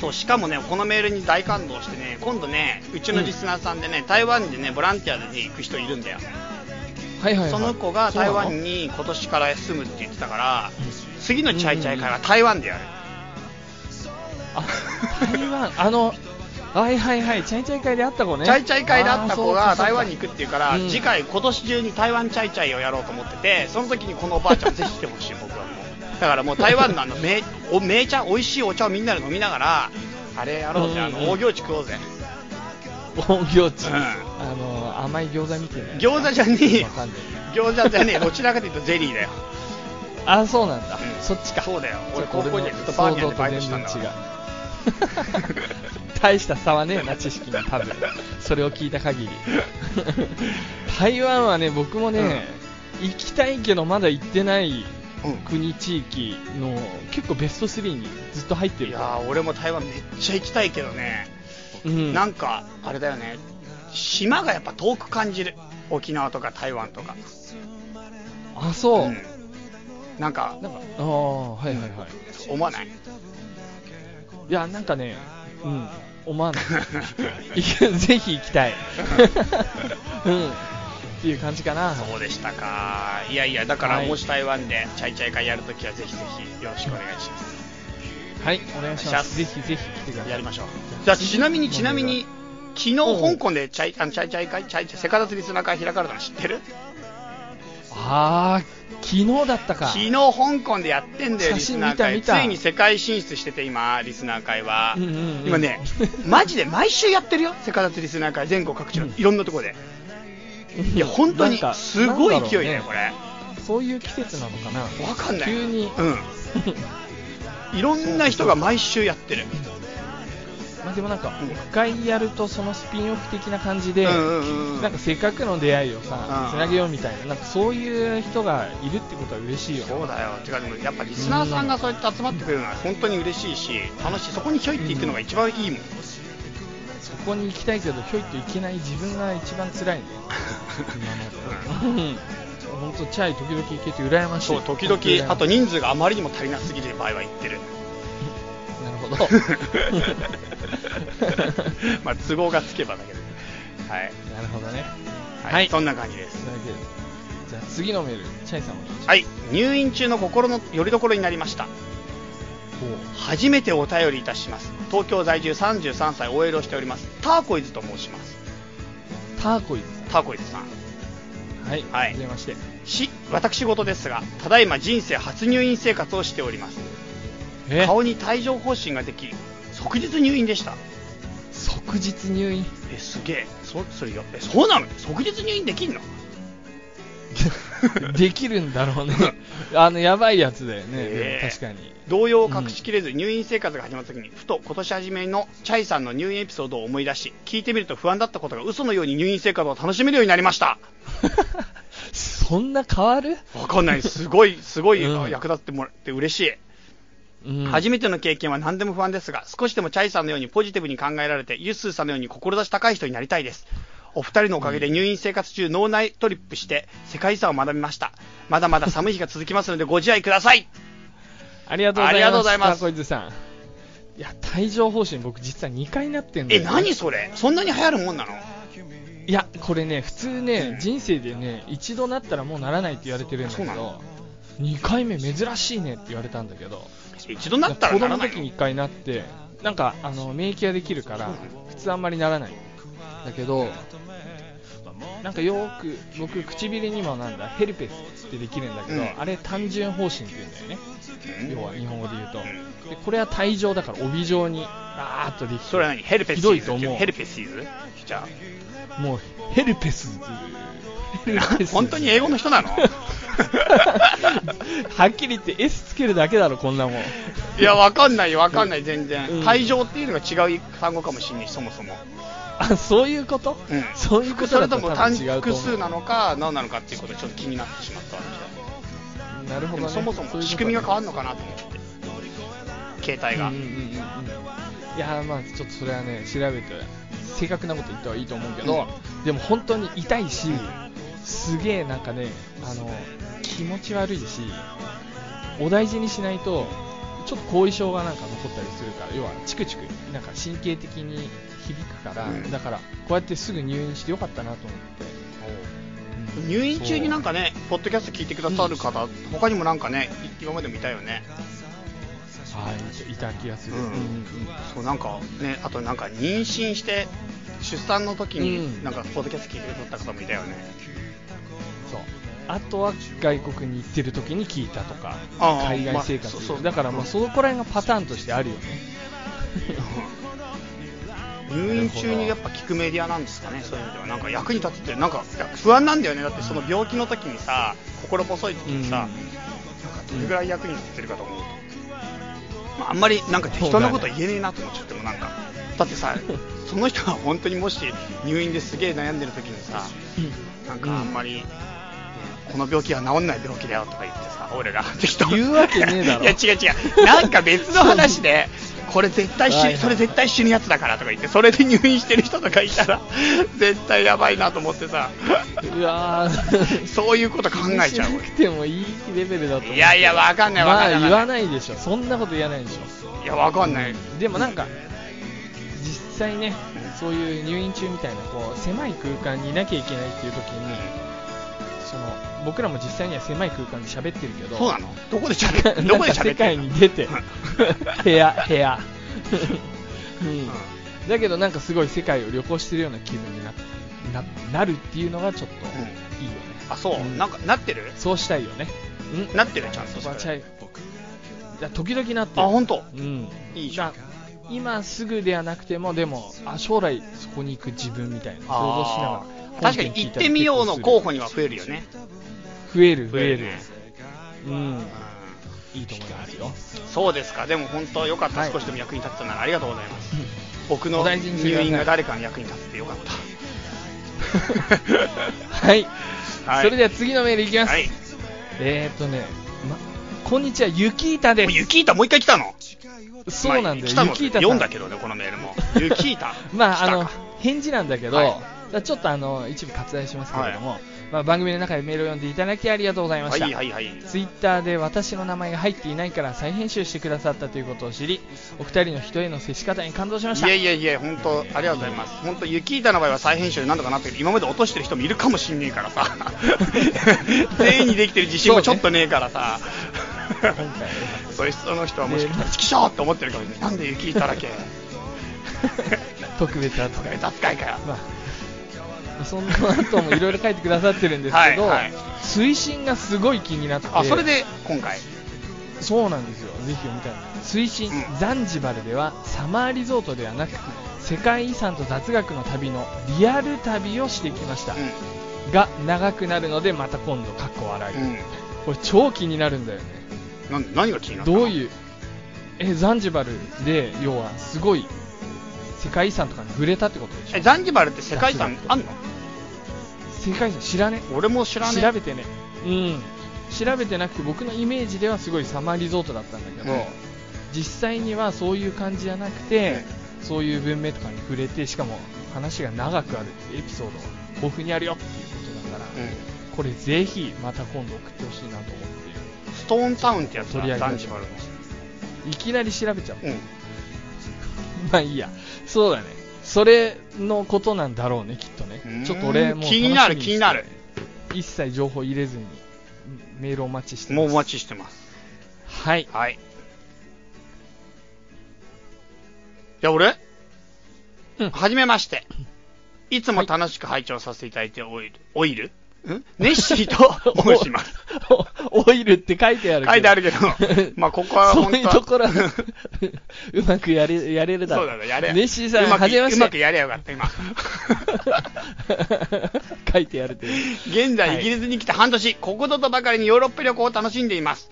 A: そうしかもねこのメールに大感動してね今度ねうちのリスナーさんでね、台湾でねボランティアで、ね、行く人いるんだよ
B: はいはいはい、
A: その子が台湾
B: に
A: に今年から住むって言ってたから次のチャイチャイ会は台湾でやる、
B: あ台湾あのはいはいはいチャイチャイ会で会った子ね
A: チャイチャイ会で会った子
B: あ
A: が
B: ーそうか
A: 台
B: そうか
A: 湾に行くっていうから、
B: うん
A: 次回今年中に台湾チャイチャイをやろうと思っててその時にこのおばあちゃんぜひ来てほ
B: [laughs]
A: しい僕はもうだからもう台湾のあのめおめ茶美味しいお茶をみんなで飲みながらあれやろうぜ、あ
B: うんうん
A: の大行地食おうぜ、
B: 大行地、
A: うん
B: あの甘い餃子みたいな
A: 餃子じゃねえよ
B: わかんない
A: 餃子じゃねえどちらかというとゼリーだ
B: [laughs]
A: よ、
B: あそうなんだ、
A: うん
B: そっちか
A: そうだよ
B: ちょ
A: 俺
B: っと
A: 高校時代ずっとバーミヤンでバイトしたんだから
B: 想像と全然違う [laughs] 大した差はねえな、知識に多分。それを聞い
A: [laughs]
B: た限り。台湾はね、僕もね、行きたいけどまだ行ってない
A: うん
B: 国地域の結構ベスト3にずっと入って
A: い
B: る。
A: やー俺も台湾めっちゃ行きたいけどね、
B: うん。
A: なんかあれだよね島がやっぱ遠く感じる沖縄とか台湾とか
B: あ、そう。
A: んなんか
B: なんか、ああ、はいはいはい。
A: 思わない
B: いや、なんかね、うん、思わない。い [laughs] やぜひ行きたい。 [laughs] うん。っていう感じかな。
A: そうでしたかいやいやだから
B: はい
A: もし台湾でチャイチャイ会やるときはぜひぜひよろしくお願いします
B: はい、お願いし
A: お願いし
B: ま
A: ます
B: す。ぜひぜひ来てください。
A: やりましょうじゃあちなみにちなみに昨日
B: うん
A: 香港でチャイあのチャイチャイ会チャイチャイセカダツリスナー会開かれたの知ってる
B: ああ、昨日だったか。
A: 昨日香港でやってんだよリ
B: 写
A: ス
B: 真
A: ナー
B: 見た
A: 会
B: 見
A: つ
B: た
A: いに世界進出してて今リスナー会は、
B: うんうんうん
A: 今ねマジで毎週やってるよセカダツリスナー会全国各地の
B: うん
A: いろんなとこで、
B: うん
A: いや本当に
B: なんか
A: すごい勢いだよ
B: なんだ
A: こ
B: ろ
A: れ
B: うねそういう季節なのかな。
A: わかんない
B: 急に。
A: うんいろんな人が毎週やってる
B: [laughs] まあでもなんか
A: うん、
B: 一回やるとそのスピンオフ的な感じで、
A: うんうんうん
B: なんかせっかくの出会いをさ、
A: うん
B: つなげようみたいな、なんかそういう人がいるってことは嬉しいよね。
A: そうだよてかでもやっぱリスナーさんがそうやって集まってくれるのは本当に嬉しいし楽しいそこにひょいって行くのが一番いいもん、
B: そこに行きたいけどひょいっと行けない自分が一番辛
A: [laughs]
B: いね今まで本当チャイ時々行けて羨ましい
A: そう時々あと人数があまりにも足りなすぎる場合は行ってる
B: なるほど
A: [laughs] まあ都合がつけばだけどはい
B: なるほどね
A: はい、
B: はい
A: そんな感じです
B: というわけでじゃあ次のメールチャイさんもいいでしょ
A: はい入院中の心の拠り所になりました初めてお便りいたします東京在住33歳 OL をしておりますターコイズと申します
B: ターコイズ
A: ターコイズさん
B: さんはい
A: はい
B: はじめまして
A: し私事ですがただいま人生初入院生活をしております
B: え
A: 顔に帯状疱疹ができ即日入院でした
B: 即日入院 [laughs]
A: えすげえそそれよえそうなの即日入院できんの
B: できるんだろうねあのやばいやつだよね、
A: ええ
B: 確かに
A: 動揺を隠しきれず入院生活が始まった時に、ふと今年初めのチャイさんの入院エピソードを思い出し聞いてみると不安だったことが嘘のように入院生活を楽しめるようになりました
B: そんな変わる、
A: わかん
B: [laughs]
A: ないすごいすごい、
B: うん
A: あ役立ってもらって嬉しい
B: うん
A: 初めての経験は何でも不安ですが、少しでもチャイさんのようにポジティブに考えられて、ユッスーさんのように志高い人になりたいです。お二人のおかげで入院生活中脳内トリップして世界遺産を学びました。まだまだ寒い日が続きますのでご自愛ください。
B: ありがとうございます。
A: ありがとうございます
B: タコイズさん。いや、帯状疱疹僕実は2回なってんだ
A: え、
B: よ。
A: 何
B: い
A: それそんなに流行るもんなの
B: や、これね、普通
A: う
B: ね
A: ん、
B: 人生でね、一度なったらもうならないって言われてるんだけ
A: そうな
B: ど
A: の、
B: 2回目珍しいねって言われたんだけど、
A: 一度なったらならな
B: 子供の
A: い
B: 時
A: の
B: に1回なって、なんか、あの、免疫ができるから、普通あんまりならない。だけど、なんかよーく、僕、唇にもなんだ、ヘルペスってできるんだけど、
A: うん
B: あれ単純方針って言うんだよね。
A: うん
B: 要は日本語で言うと。
A: うん
B: でこれは帯状だから帯状にあーっとできて
A: それは何ヘルペス
B: ひ
A: シ
B: どい
A: ーズ
B: と
A: ン
B: 思う
A: ヘルペスシーズンじゃ
B: もうヘルペスヘル
A: あ、
B: ペス
A: [laughs] 本当に英語の人
B: [laughs]
A: なの
B: はっきり言って S つけるだけだろこんなもん
A: いや、わかんないよ、わかんない、全
B: う
A: 然。
B: ん
A: 退場っていうのが違う単語かもしんない、そもそも。
B: あそういうこと、
A: うん
B: そういうこ
A: そ
B: と
A: れ
B: だ
A: と
B: と
A: も
B: 多
A: 単
B: 分違うと
A: 複
B: 思
A: 数
B: う
A: なのか何なのかっていうことがちょっと気になってしまったわ
B: なる
A: け
B: ほ
A: でも
B: ど、ね、
A: そもそも仕組みが変わるのかなと思って携帯が、
B: うんうんうんうんいやーまあちょっとそれはね調べて正確なこと言った方がいいと思うけど、でも本当に痛いしすげえなんかねあの気持ち悪いしお大事にしないとちょっと後遺症がなんか残ったりするから要はチクチクなんか神経的に響くから、
A: うん
B: だからこうやってすぐ入院してよかったなと思って、
A: 入院中になんか
B: か
A: ねポッドキャスト聞いてくださる方、他にもなんかねい今までもいたよね
B: はい痛い気がする、
A: うん
B: うんうんうん
A: そうなんかねあとなんか妊娠して出産の時
B: う
A: に
B: ん
A: なんかポッドキャスト聞いてくださった方もいたよね、
B: そうあとは外国に行ってる時に聞いたとか
A: ああ
B: 海外生活、
A: まあそうそう
B: だからまあそこら辺がパターンとして
A: [laughs]
B: あるよね
A: 入院中にやっぱ聞くメディアなんですかね、そういう意味では、なんか役に立つって、なんかいや不安なんだよね、だってその病気の時にさ、心細い時にさ、どれぐらい役に立ってるかと思うと、まあ、あんまりなんか適当なことは言えねえなと思っちゃっても、なんか、だってさ、その人が本当にもし入院ですげえ悩んでる時にさ、なんかあんまり、ねこの病気は治んない病気だよとか言ってさ、俺が適当に
E: 言うわけねえだろ
A: いや違う違う、なんか別の話で、これ絶対死
E: はいは
A: ぬ、
E: い
A: それ絶対死ぬやつだからとか言って、それで入院してる人とかいたら、絶対やばいなと思ってさ、
B: うわー
A: [laughs] そういうこと考えちゃう
B: 気にしなくてもいいレベルだと思う
A: 俺。いやいや、わかんないわ
B: ま
A: かん
B: あ
A: ない。
B: 言わないでしょそんなこと言わないでしょ
A: いや、わかんない。
B: でもなんか実際ねそういう入院中みたいなこう狭い空間にいなきゃいけないっていう時にその僕らも実際には狭い空間で喋ってるけど
A: そうなのどこで喋ってどこで
B: なんか
A: 喋
B: 世
A: って
B: 界
A: んの
B: に
A: [laughs]
B: 出て
A: うん
B: 部屋部屋う
A: うん
B: んだけどなんかすごい世界を旅行してるような気分になななるっていうのがちょっといいよね、
A: あ、そう、
B: うん
A: なんか、なってる
B: そうしたいよねん
A: なってるちゃんと
B: そこは
A: そ
B: チャ
A: れ
B: イ僕いや時々なって
A: あ、
B: る
A: 本当。
B: うん
A: いいじゃん。
B: 今すぐではなくてもでもあ将来そこに行く自分みたいな想像しな
A: あ
B: が
A: ー
B: ら
A: 確かに行ってみようの候補には増えるよね。
B: 増える増
A: 増
B: え
A: え
B: る
A: るね
B: うん
A: う
B: いいと思いますよ
A: んそうですか。でも本当よかった。
B: はい
A: 少しでも役に立ったならありがとうございます。僕の
B: お大事にしてく
A: 入
B: ださい
A: 院が誰かの役に立ってよかっ
B: [laughs]
A: た。
B: はい、
A: はい
B: それでは次のメールいきます、
A: はい。
B: えーっとね、ま、こんにちはゆきいたで
A: もう
B: す
A: ユキータもう一回来たの
B: そうなんだよ、
A: まあ来たの
B: ゆきいたさん。
A: 読んだけどね、このメールも。ユキータ
B: [laughs] まあ、あ
A: 来た
B: の
A: か
B: 返事なんだけど、
A: はい
B: じゃあちょっとあの一部割愛しますけれども、まあ、番組の中でメールを読んでいただきありがとうございま
A: は
B: した、
A: いはいはい。
B: ツイッターで私の名前が入っていないから再編集してくださったということを知りお二人の人への接し方に感動しまし
A: い
B: た
A: やいやいや、本当ありがとうございます。本当ユキータの場合は再編集でなんとかなったけど、今まで落としてる人もいるかもしんねえ [laughs] からさ。全員にできてる自信もちょっとねえからさ。そういう人の人はもしかしたら、チキショーって思ってるかもしれない。なんでユキータだ [laughs] け。
B: 特別扱
A: 特
B: い
A: 別扱いかよ。
B: まあ、その後もいろいろ書いてくださってるんですけど、
A: はいはい
B: 推進がすごい気になって
A: あ、それで今回。
B: そうなんですよぜひ読みたい推進、
A: うん
B: ザンジバルではサマーリゾートではなく世界遺産と雑学の旅のリアル旅をしてきました、
A: う
B: が長くなるのでまた今度かっこ笑い、
A: ん。うん。
B: これ超気になるんだよね
A: なん何が気になった
B: どういうえザンジバルで要はすごい世界遺産とかに触れたってことでし
A: え、
B: ょ
A: ザンジバルって世界遺産あんの
B: 世界遺産知らね
A: 俺も知らねえ。
B: 調べてねうん調べてなくて僕のイメージではすごいサマーリゾートだったんだけど、
A: うん
B: 実際にはそういう感じじゃなくて、そういう文明とかに触れてしかも話が長くあるってエピソードが豊富にあるよっていうことだから、
A: うん
B: これぜひまた今度送ってほしいなと思っ
A: ストーンタウンってやつ
B: とり
A: だ、
B: あえず
A: ザンジバルの。
B: ていきなり調べちゃう、
A: うん。
B: まあいいやそうだねそれのことなんだろうねきっと
A: うん
B: ねちょっと俺もう
A: 気になる
B: 楽しみ
A: 気になる
B: して一切情報入れずにメールお待ちしてま
A: も
B: す
A: うお待ちしてます。
B: はい
A: はい。いや、俺
B: [laughs] うん
A: はじめま [laughs] して。いつも楽しく拝聴させていただいておいる、おいるんネッシー [laughs] と申します。
B: おオイルって書いてあるけど。
A: 書いてあるけど、まあ、ここは
B: [laughs] そう
A: 本
B: いう
A: 当は
B: ところは
A: [laughs]
B: うまくやれ、やれるだろ
A: そうだね、やれ。
B: ネッシーさん、
A: うまく
B: はじめま
A: うまく
B: して。
A: やれよかった、 [laughs] 今。
B: 書いてあるという。
A: 現
B: は
A: 在、
B: い
A: イギリスに来て半年、ここぞとばかりにヨーロッパ旅行を楽しんでいます。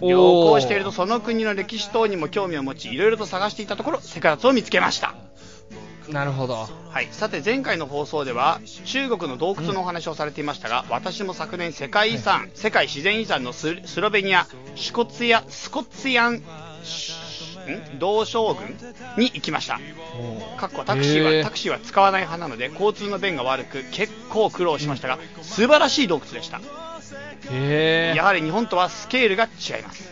B: おー
A: 旅行していると、その国の歴史等にも興味を持ち、いろいろと探していたところ、世界初を見つけました。
B: なるほど。
A: はい、さて前回の放送では中国の洞窟のお話をされていましたが、私も昨年世界遺産、世界自然遺産のススロベニアシコツヤスコツヤンシん道将軍に行きましたかっこタクシーは、
B: へー
A: タクシーは使わない派なので交通の便が悪く結構苦労しましたが、素晴らしい洞窟でした
B: へ
A: やはり日本とはスケールが違います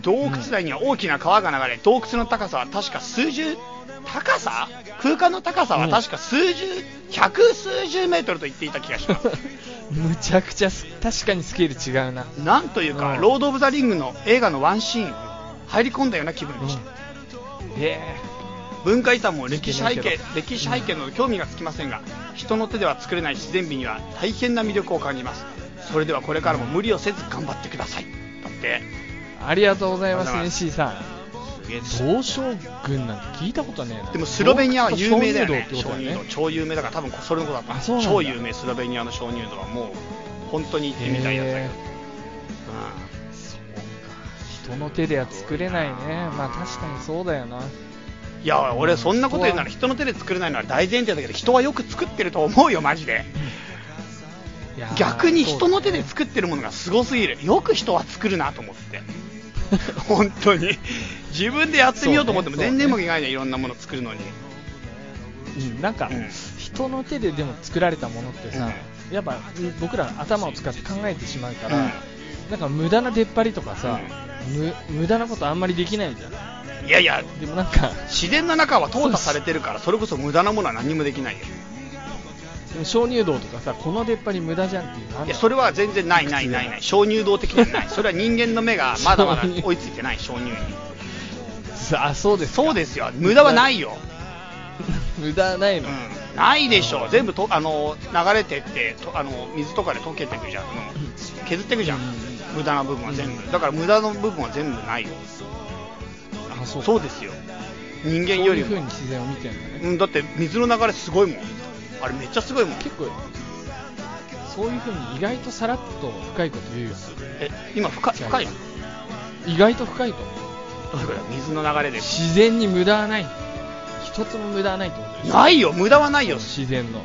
A: 洞窟内には大きな川が流れ洞窟の高さは確か数十高さ空間の高さは確か数十、百数十メートルと言っていた気がします
B: ー。 [laughs] むちゃくちゃす、確かにスケール違うな。
A: なんというか、
B: うん
A: ロード・オブ・ザ・リングの映画のワンシーン入り込んだような気分でした、
B: へ
A: 文化遺産も歴史背
B: 見てない
A: 景歴史背景など興味がつきませんが人の手では作れない自然美には大変な魅力を感じますそれではこれからも無理をせず頑張ってくださいだって
B: ー。ありがとうございます、
A: あ
B: ネ
A: り
B: ッ
A: がと
B: シーさん。
A: すげえ
B: 道将軍なんて聞いたことねえな。
A: でもスロベニアは有名だよね
B: 鍾乳洞ってことだよね。
A: 超有名だから多分それのことだった
B: あそうなんだ
A: 超有名スロベニアの鍾乳洞はもう本当に行ってみたいやつだけ
B: へ
A: ど
B: ーそうか人の手では作れないねまあ確かにそうだよな
A: いや俺そんなこと言うなら人の手で作れないのは大前提だけど人はよく作ってると思うよマジで
E: いやー
A: 逆に人の手
E: そう
A: で作ってるものがすごすぎるよく人は作るなと思って
B: [laughs]
A: 本当に自分でやってみようと思っても
B: そうね
A: 全然うまくいかないねいろんなもの作るのに
B: うんなんか、
A: うん
B: 人の手ででも作られたものってさ、やっぱ僕ら頭を使って考えてしまうから、
A: うん
B: なんか無駄な出っ張りとかさ、む無駄なことあんまりできないじゃん
A: いやいや
B: でもなんか
A: 自然の中は淘汰されてるからそれこそ無駄なものは何もできないよ
B: でも鍾乳洞とかさこの出っ張り無駄じゃんっていうのあん
A: い
B: の
A: やそれは全然ないないないない鍾乳洞的にはないそれは人間の目がまだまだ追いついてない鍾乳に
B: さあそうですか
A: そうですよ無駄は [laughs] ないよ、
B: 無駄ないの、
A: うん、ないでしょ全部とあの流れてってとあの水とかで溶けてくじゃんあの削ってくじゃん、
B: うんうん
A: 無駄な部分は全部、だから無駄の部分は全部ないよ
B: あそう
A: そう
B: で
A: ですよ人
B: す
A: 間
B: そう
A: よ
B: い
A: り
B: う風に
A: も
B: 自然を見てるんだね、
A: うん、だって水の流れすごいもんあれめっちゃすごいもん
B: 結構そういう風に意外とさらっと深いこと言うよね
A: え今深い深いの
B: 意外と深いと思う
A: どういうこと水の流れで
B: 自然に無駄はない一つも無駄はないと思う
A: ないよ無駄はないよ
B: 自然の、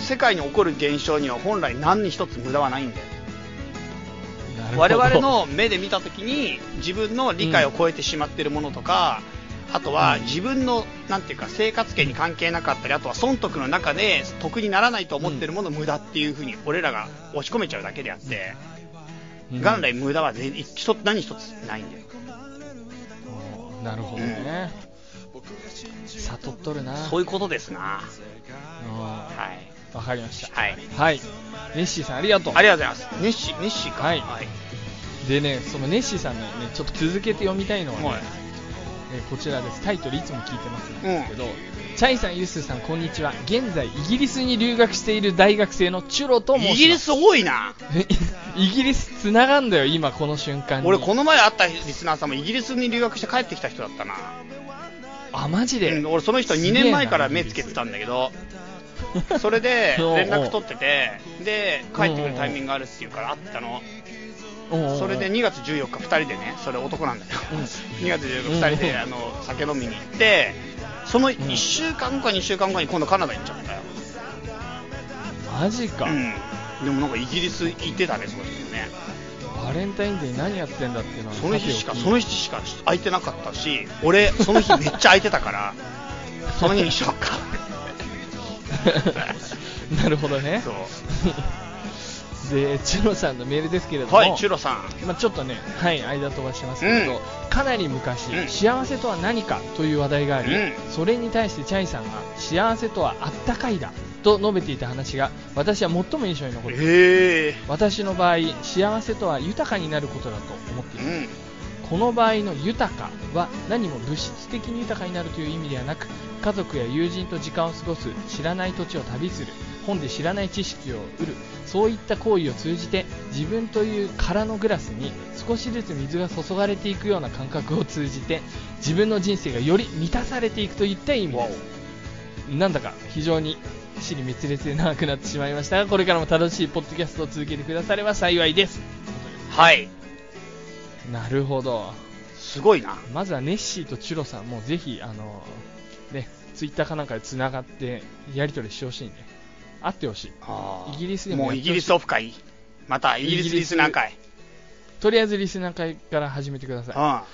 A: 世界に起こる現象には本来何一つ無駄はないんだよ
B: なるほ
A: 我々
B: ど
A: の目で見た時に自分の理解を超えてしまっているものとか、あとは自分のなんていうか生活圏に関係なかったりあとは損得の中で得にならないと思ってるものを無駄っていうふうに俺らが押し込めちゃうだけであって、
B: うん
A: 元来無駄は全一つ何一つないんだよ
B: うんなるほどね、悟っとるな
A: そういうことですな
B: うんわ
A: はい、
B: かりました
A: はい、
B: はいネッシーさんありがとう
A: ありがとうございますネッシーネッシーか
B: はいでねそのネッシーさんのねちょっと続けて読みたいのはね、
A: はい
B: えーこちらですタイトルいつも聞いてますなんですけど、チャイさんユッスーさんこんにちは現在イギリスに留学している大学生のチュロと申しま
A: イ
B: す
A: ギリス多いな
B: え [laughs] イギリスつながんだよ今この瞬間に
A: 俺この前会ったリスナーさんもイギリスに留学して帰ってきた人だったな、
B: あマジで、
A: うん俺その人2年前から目つけてたんだけどそれ
B: [laughs]
A: で
B: おうおう
A: 連絡取っててで帰ってくるタイミングがあるっていうから会ったの
B: うんうんうん
A: それで2月14日2人でねそれ男なんだけど
B: うん
A: 2月14日2人
B: うん
A: で
B: うん
A: あの酒飲みに行ってその1週間後か2週間後に今度カナダ行っちゃったよ、
B: マジか、
A: うん、でもなんかイギリス行ってたねその人もね
B: バレンタインデー何やってんだっていうのは
A: その日しか
B: さ
A: そ
B: てお
A: の
B: き
A: 日しか空いてなかったし俺その日めっちゃ空いてたから
B: [laughs]
A: その日にしようか
B: [laughs] なるほどね
A: そう
B: でチュロさんのメールですけれども、
A: はいチュロさん
B: まあ、ちょっとね、はい、間飛ばしますけど、
A: うん
B: かなり昔、
A: うん
B: 幸せとは何かという話題があり、
A: うん
B: それに対してチャイさんが幸せとはあったかいだと述べていた話が私は最も印象に残っています
A: ええ
B: 私の場合幸せとは豊かになることだと思っています、
A: うん
B: この場合の豊かは何も物質的に豊かになるという意味ではなく家族や友人と時間を過ごす知らない土地を旅する本で知らない知識を得るそういった行為を通じて自分という空のグラスに少しずつ水が注がれていくような感覚を通じて自分の人生がより満たされていくといった意味ですなんだか非常に死に滅裂で長くなってしまいましたがこれからも楽しいポッドキャストを続けてくだされば幸いです
A: はい
B: なるほど
A: すごいな
B: まずはネッシーとチュロさんもぜひ、あのね、ツイッターかなんかでつながってやり取りしてほしいね。会ってほしい。イギリスでも
A: もうイギリスオフ会またイギリスリスナー会
B: とりあえずリスナー会から始めてくださ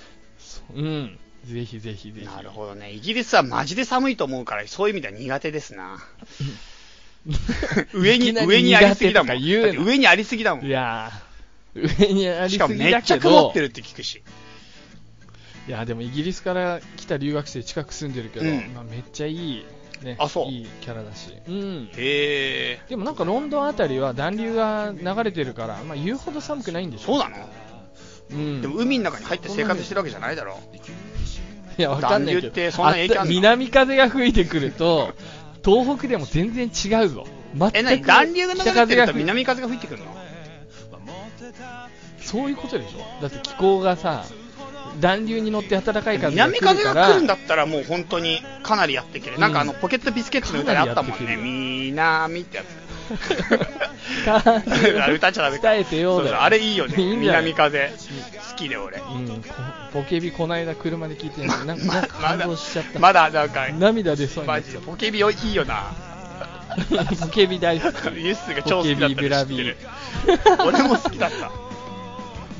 A: う
B: い。うん。ぜひぜひぜ
A: ん
B: ひ。
A: なるほどねイギリスはマジで寒いと思うからそういう意味では苦手です
B: [laughs]
A: な上
B: いき
A: に
B: なり
A: 上にありすぎだもん
B: 苦手とか
A: だっ
B: 言うな
A: て上にありすぎだも
B: い
A: ん
B: やー、上にあり
A: し
B: すぎ
A: か
B: だ
A: も
B: けど
A: めっちゃ曇ってるって聞くし
B: いや、でもイギリスから来た留学生近く住んでるけど、
A: うん
B: まあ、めっちゃいい、ね、
A: あそう
B: いいキャラだし。うん。
A: へえ
B: でもなんかロンドンあたりは暖流が流れてるから、まあ、言うほど寒くないんでしょ
A: そうなの
B: うん。
A: でも海の中に入って生活してるわけじゃないだろ
B: いや、わかんない
A: 暖流
B: けど。
A: ってそんな影響あんの
B: あった南風が吹いてくると、東北でも全然違うぞ。全く
A: えなに暖流が流れて
B: 北風
A: る
B: が
A: と
B: 吹い
A: 南風が吹いてくるの
B: そういうことでしょだって気候がさ、暖流に乗って暖かい風が来
A: 南
B: るから。
A: 風が来るんだったらもう本当にかなりやってくる、
B: うん
A: なんかあのポケットビスケッツの歌であったもん
B: かなり
A: ね
B: やってくる
A: 南ってやつ
B: かなり
A: 歌っちゃダメか
B: 伝えてよう
A: そ
B: だよ
A: うそうあれいいよね
B: いいんじゃない
A: 南風好きで俺。
B: うん、ポポケビこないだ車で聞いて
A: [laughs]
B: るのになんかなんか
A: ま
B: 感
A: だ
B: 動しちゃっ、た。
A: まだなんか、
B: 涙出そうにな
A: マ
B: っ
A: ジ
B: ち
A: で
B: ゃっ
A: ポケビいいよな。
B: [laughs] た。ポケビ大好き。
A: ユッスが超好きだったの知ってる
B: ポケビブラビー
A: 俺も好きだった。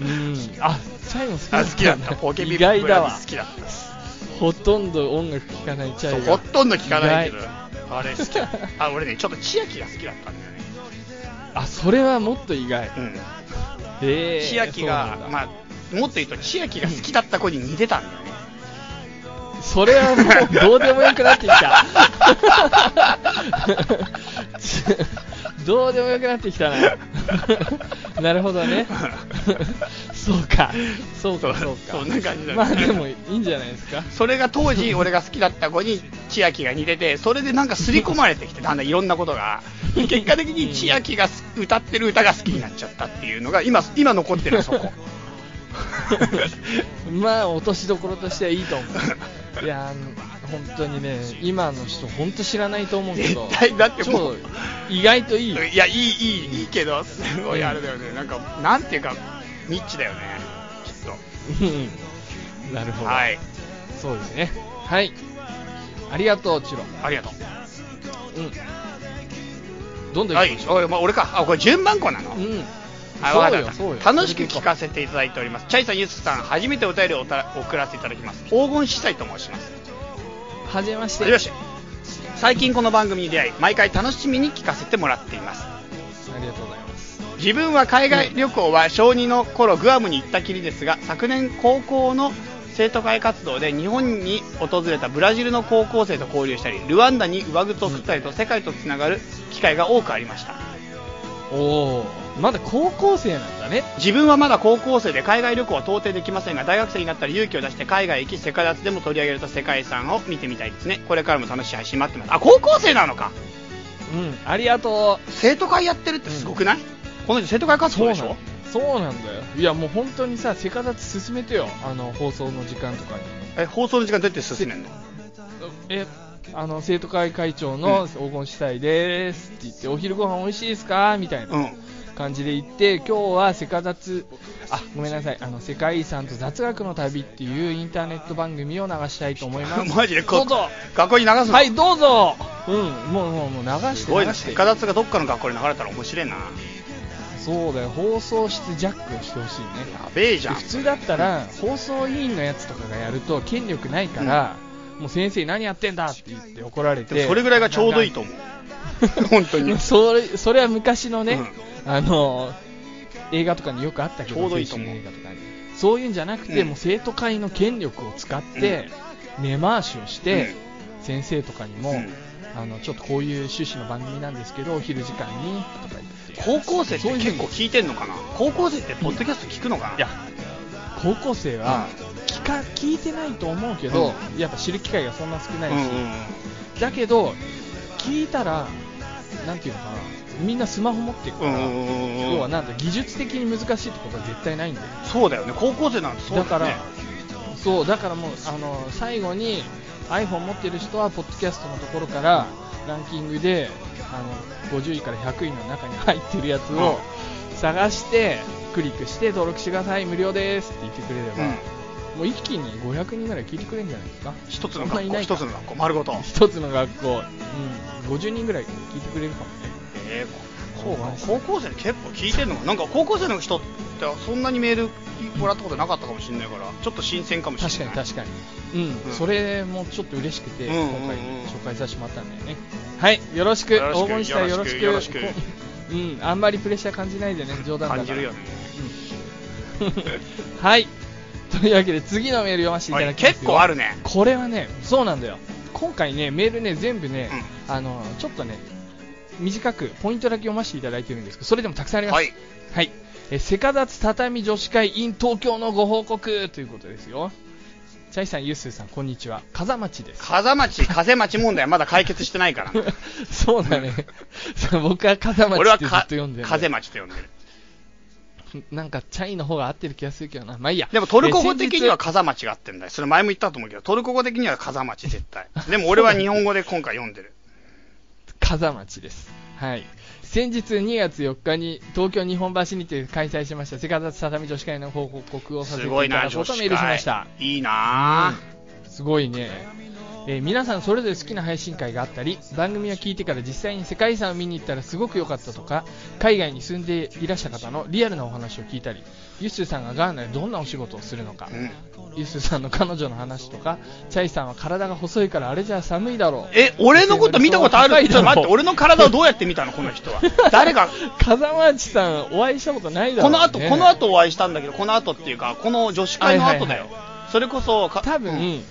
B: うん。あ、チャイも好きだ
A: あ
B: った。
A: 好きだった。ポケビ
B: 意
A: ブラ
B: 外
A: ビ
B: だわ
A: ー好。きだった。
B: ほとんど音楽聴かないチャ
A: そう
B: イ
A: ほ
B: が。
A: とんど聞かないけど
B: 意
A: あれ好
B: [laughs]
A: きだあ俺ねちょっと千秋が好きだったんだよね、
B: あ、それはもっと意外。ええ。
A: 千秋
B: そうな
A: が
B: んだ
A: まあもっと言うと千秋が好きだった子に似てたんだよね
B: それはもうどうでもよくなっ
A: [laughs]
B: てきた。どうでもよくなってき
A: [laughs]
B: たな。なるほどね。そうか。そうか、そうか。
A: そんな感じだね
B: まあでもいいんじゃないですか。
A: それが当時俺が好きだった子に千秋が似ててそれでなんか刷り込まれてきてだんだんいろんなこと
B: [laughs]
A: が結果的に千秋がす歌ってる歌が好きになっちゃったっていうのが今今残ってるそこ
B: [laughs] まあ落としどころとしてはいいと思う。いやー、本当にね、今の人本当知らないと思うけど。
A: 絶対だっても
B: 超
A: う
B: 意外と [laughs] いい。
A: いやいいいいいいけどすごいあれだよねなんかなんていうかニッチだよねきっ
B: うんなるほ
A: と
B: ど。
A: はい
B: そうですね。はい。ありがとう、チロ。
A: ありがとう
B: うん。どんどん
A: は
B: 行き
A: い
B: まし、ょ
A: おいまあ、俺か、あ、これ順番こなの。
B: う。うん。
A: あ、わか
B: そ
A: っ
B: うよ
A: た
B: そうよ。
A: 楽しく聞かせていただいております。チャイさん、ユースさん、初めてお便りをおた送らせていただきます。黄金司祭と申します。
B: はじめまし
A: はじ
B: て。
A: めまして。最近この番組に出会い、毎回楽しみに聞かせてもらっています。
B: ありがとうございます。
A: 自分は海外旅行は小2の頃グアムに行ったきりですが昨年高校の生徒会活動で日本に訪れたブラジルの高校生と交流したりルワンダに上靴を送ったりと世界とつながる機会が多くありました
B: おー、まだ高校生なんだね。
A: 自分はまだ高校生で海外旅行は到底できませんが大学生になったら勇気を出して海外へ行き世界脱でも取り上げると世界遺産を見てみたいですねこれからも楽しい配信待ってますあ高校生なのか
B: うん。ありがとう。
A: 生徒会やってるってすごくない、この人生徒会活動
B: そう
A: でし
B: なの
A: ょ
B: そうなんだよ。いや、もう本当にさ、せかだつ進めてよ。あの、放送の時間とかに。
A: え放送の時間どうやって進めんの
B: え、あの、生徒会会長の黄金司祭ですって言って、お昼ご飯美味しいですかみたいな。
A: うん
B: 感じで行って今日はセカ雑あごめんなさいあの世界遺産と雑学の旅っていうインターネット番組を流したいと思います
A: [laughs] マジで
B: ど
A: こ
B: うぞ
A: 学校に流すの
B: はいどうぞうんもうもうもう流して
A: すごい
B: 流
A: な
B: して
A: セカダツがどっかの学校に流れたら面白いなや
B: そうだよ放送室ジャックをしてほしいね
A: べえじゃん
B: 普通だったら放送委員のやつとかがやると権力ないから、もう先生何やってんだって言って怒られ
A: でも
B: て
A: それぐらいがちょうどいいと思う [laughs] 本当に
B: [laughs] それそれは昔のね、あの映画とかによくあったけど
A: ちょうどいいと思う
B: 青春映画とかにそういうんじゃなくて、
A: うん
B: もう生徒会の権力を使って、根回しをして、先生とかにも、
A: うん
B: あのちょっとこういう趣旨の番組なんですけどお昼時間にとか言って
A: 高校生って結構聞いてんのかな高校生ってポッドキャスト聞くのかない
B: や高校生は、聞か聞いてないと思うけど、やっぱ知る機会がそんな少な
A: う
B: い
A: ん
B: し、
A: うんうん
B: だけど聞いたらなんていうのかなみんなスマホ持ってるか
A: う
B: ら、
A: んうんうん
B: 要はなんだ技術的に難しいってことは絶対ないんだよ
A: そうだよね高校生なんてそうだ
B: だ
A: よね
B: からそうだからもうあの最後に iPhone 持ってる人はポッドキャストのところからランキングであの50位から100位の中に入ってるやつを探してクリックして登録してください無料ですって言ってくれれば、もう一気に500人ぐらい聞いてくれるんじゃないですか
A: うん一つの
B: そんな
A: 学
B: い
A: 校
B: ない
A: 一つの学校丸ごと
B: 一つの学校、うん、50人ぐらい聞いてくれるかもね
A: えー
B: そ
A: こ
B: うなんです
A: 高校生結構聞いてんのかななんか高校生の人ってそんなにメールもらったことなかったかもしれないからちょっと新鮮かもし
B: 確か
A: れ
B: に
A: ない
B: 確かに、うん
A: うん
B: それもちょっと嬉しくて、
A: うんうんうん
B: 今回紹介させてもらったんだよねはいよろしく
A: よろしく
B: 黄金したよろしく
A: よろしくよろし
B: [laughs] うんあんまりプレッシャー感じないでね冗談だから
A: 感じるよね
B: うん [laughs] はいというわけで次のメール読ませていただきますよ
A: 結構あるね
B: これはねそうなんだよ今回ねメールね全部ね、あのちょっとね短くポイントだけ読ませていただいてるんですけどそれでもたくさんあります、
A: はい
B: はい。えー、セカダツ畳女子会 in 東京のご報告ということですよ。チャイさん、ユッスーさん、こんにちは。風町です。
A: 風町風町問題はまだ解決してない
B: [laughs]
A: からね
B: そうだね。そう僕は風町
A: 俺
B: っ
A: は
B: てずっと
A: か
B: 読んでる。
A: 風町と呼んでる
B: なんか、チャイの方が合ってる気がするけどな。まあいいや。
A: でもトルコ語
B: えー先
A: 的
B: 日
A: には風町があってんだよそれ前も言ったと思うけどトルコ語的には風町
B: [laughs]
A: 絶対でも俺は日本語で今回読んでる
B: 風町です。はい。先日2月4日に東京日本橋にて開催しましたセカザツ畳女子会の報告をさせて
A: す
B: い
A: ごい
B: た
A: な、
B: だこ
A: 女
B: うと
A: 子会。
B: メールしました。
A: いいな
B: すごいね、えー皆さんそれぞれ好きな配信会があったり番組を聞いてから実際に世界遺産を見に行ったらすごく良かったとか海外に住んでいらした方のリアルなお話を聞いたりユッスーさんがガーナでどんなお仕事をするのか、
A: うん
B: ユッスーさんの彼女の話とかチャイさんは体が細いからあれじゃ寒いだろう
A: え、俺のこと見た
B: [laughs]
A: ことある
B: 高いだろ
A: ちょっと待って、俺の体をどうやって見たの、この人
B: [laughs]
A: は。誰が、
B: 風間内さんお会いしたことないだ
A: こ
B: ろう、ね、
A: の後、この後お会いしたんだけど、この後っていうか、この女子会の後だよ。
B: はい
A: それこそ、か
B: 多分、
A: うん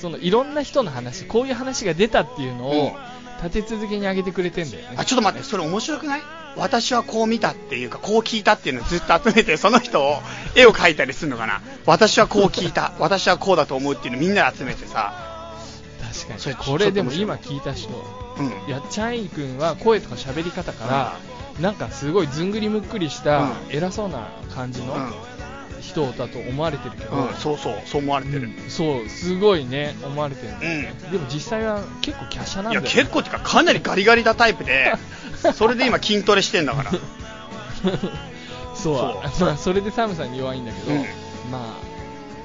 B: そのいろんな人の話こういう話が出たっていうの
A: うん
B: を立て続けに上げてくれてんだよね
A: あ、ちょっと待って、それ面白くない私はこう見たっていうか、こう聞いたっていうのをずっと集めて、その人を、絵を描いたりするのかな。私はこう聞いた、
B: [laughs]
A: 私はこうだと思うっていうのみんなで集めてさ。
B: 確かに
A: それ
B: これでも今聞いた人
A: うん。
B: いやチャイ君は声とか喋り方からなんかすごいずんぐりむっくりした
A: う
B: 偉そうな感じの人だと思われてるけど、
A: うん、うん、そうそう、そう思われてる。
B: うんそうすごいね思われてる、
A: うん
B: でも実際は結構華奢なん
A: いや
B: だよ、ね、
A: 結構っていうかかなりガリガリなタイプでそれで今筋トレしてん
B: [laughs]
A: だから
B: そう
A: そう
B: まあ、それで寒さに弱いんだけど、
A: うん
B: まあ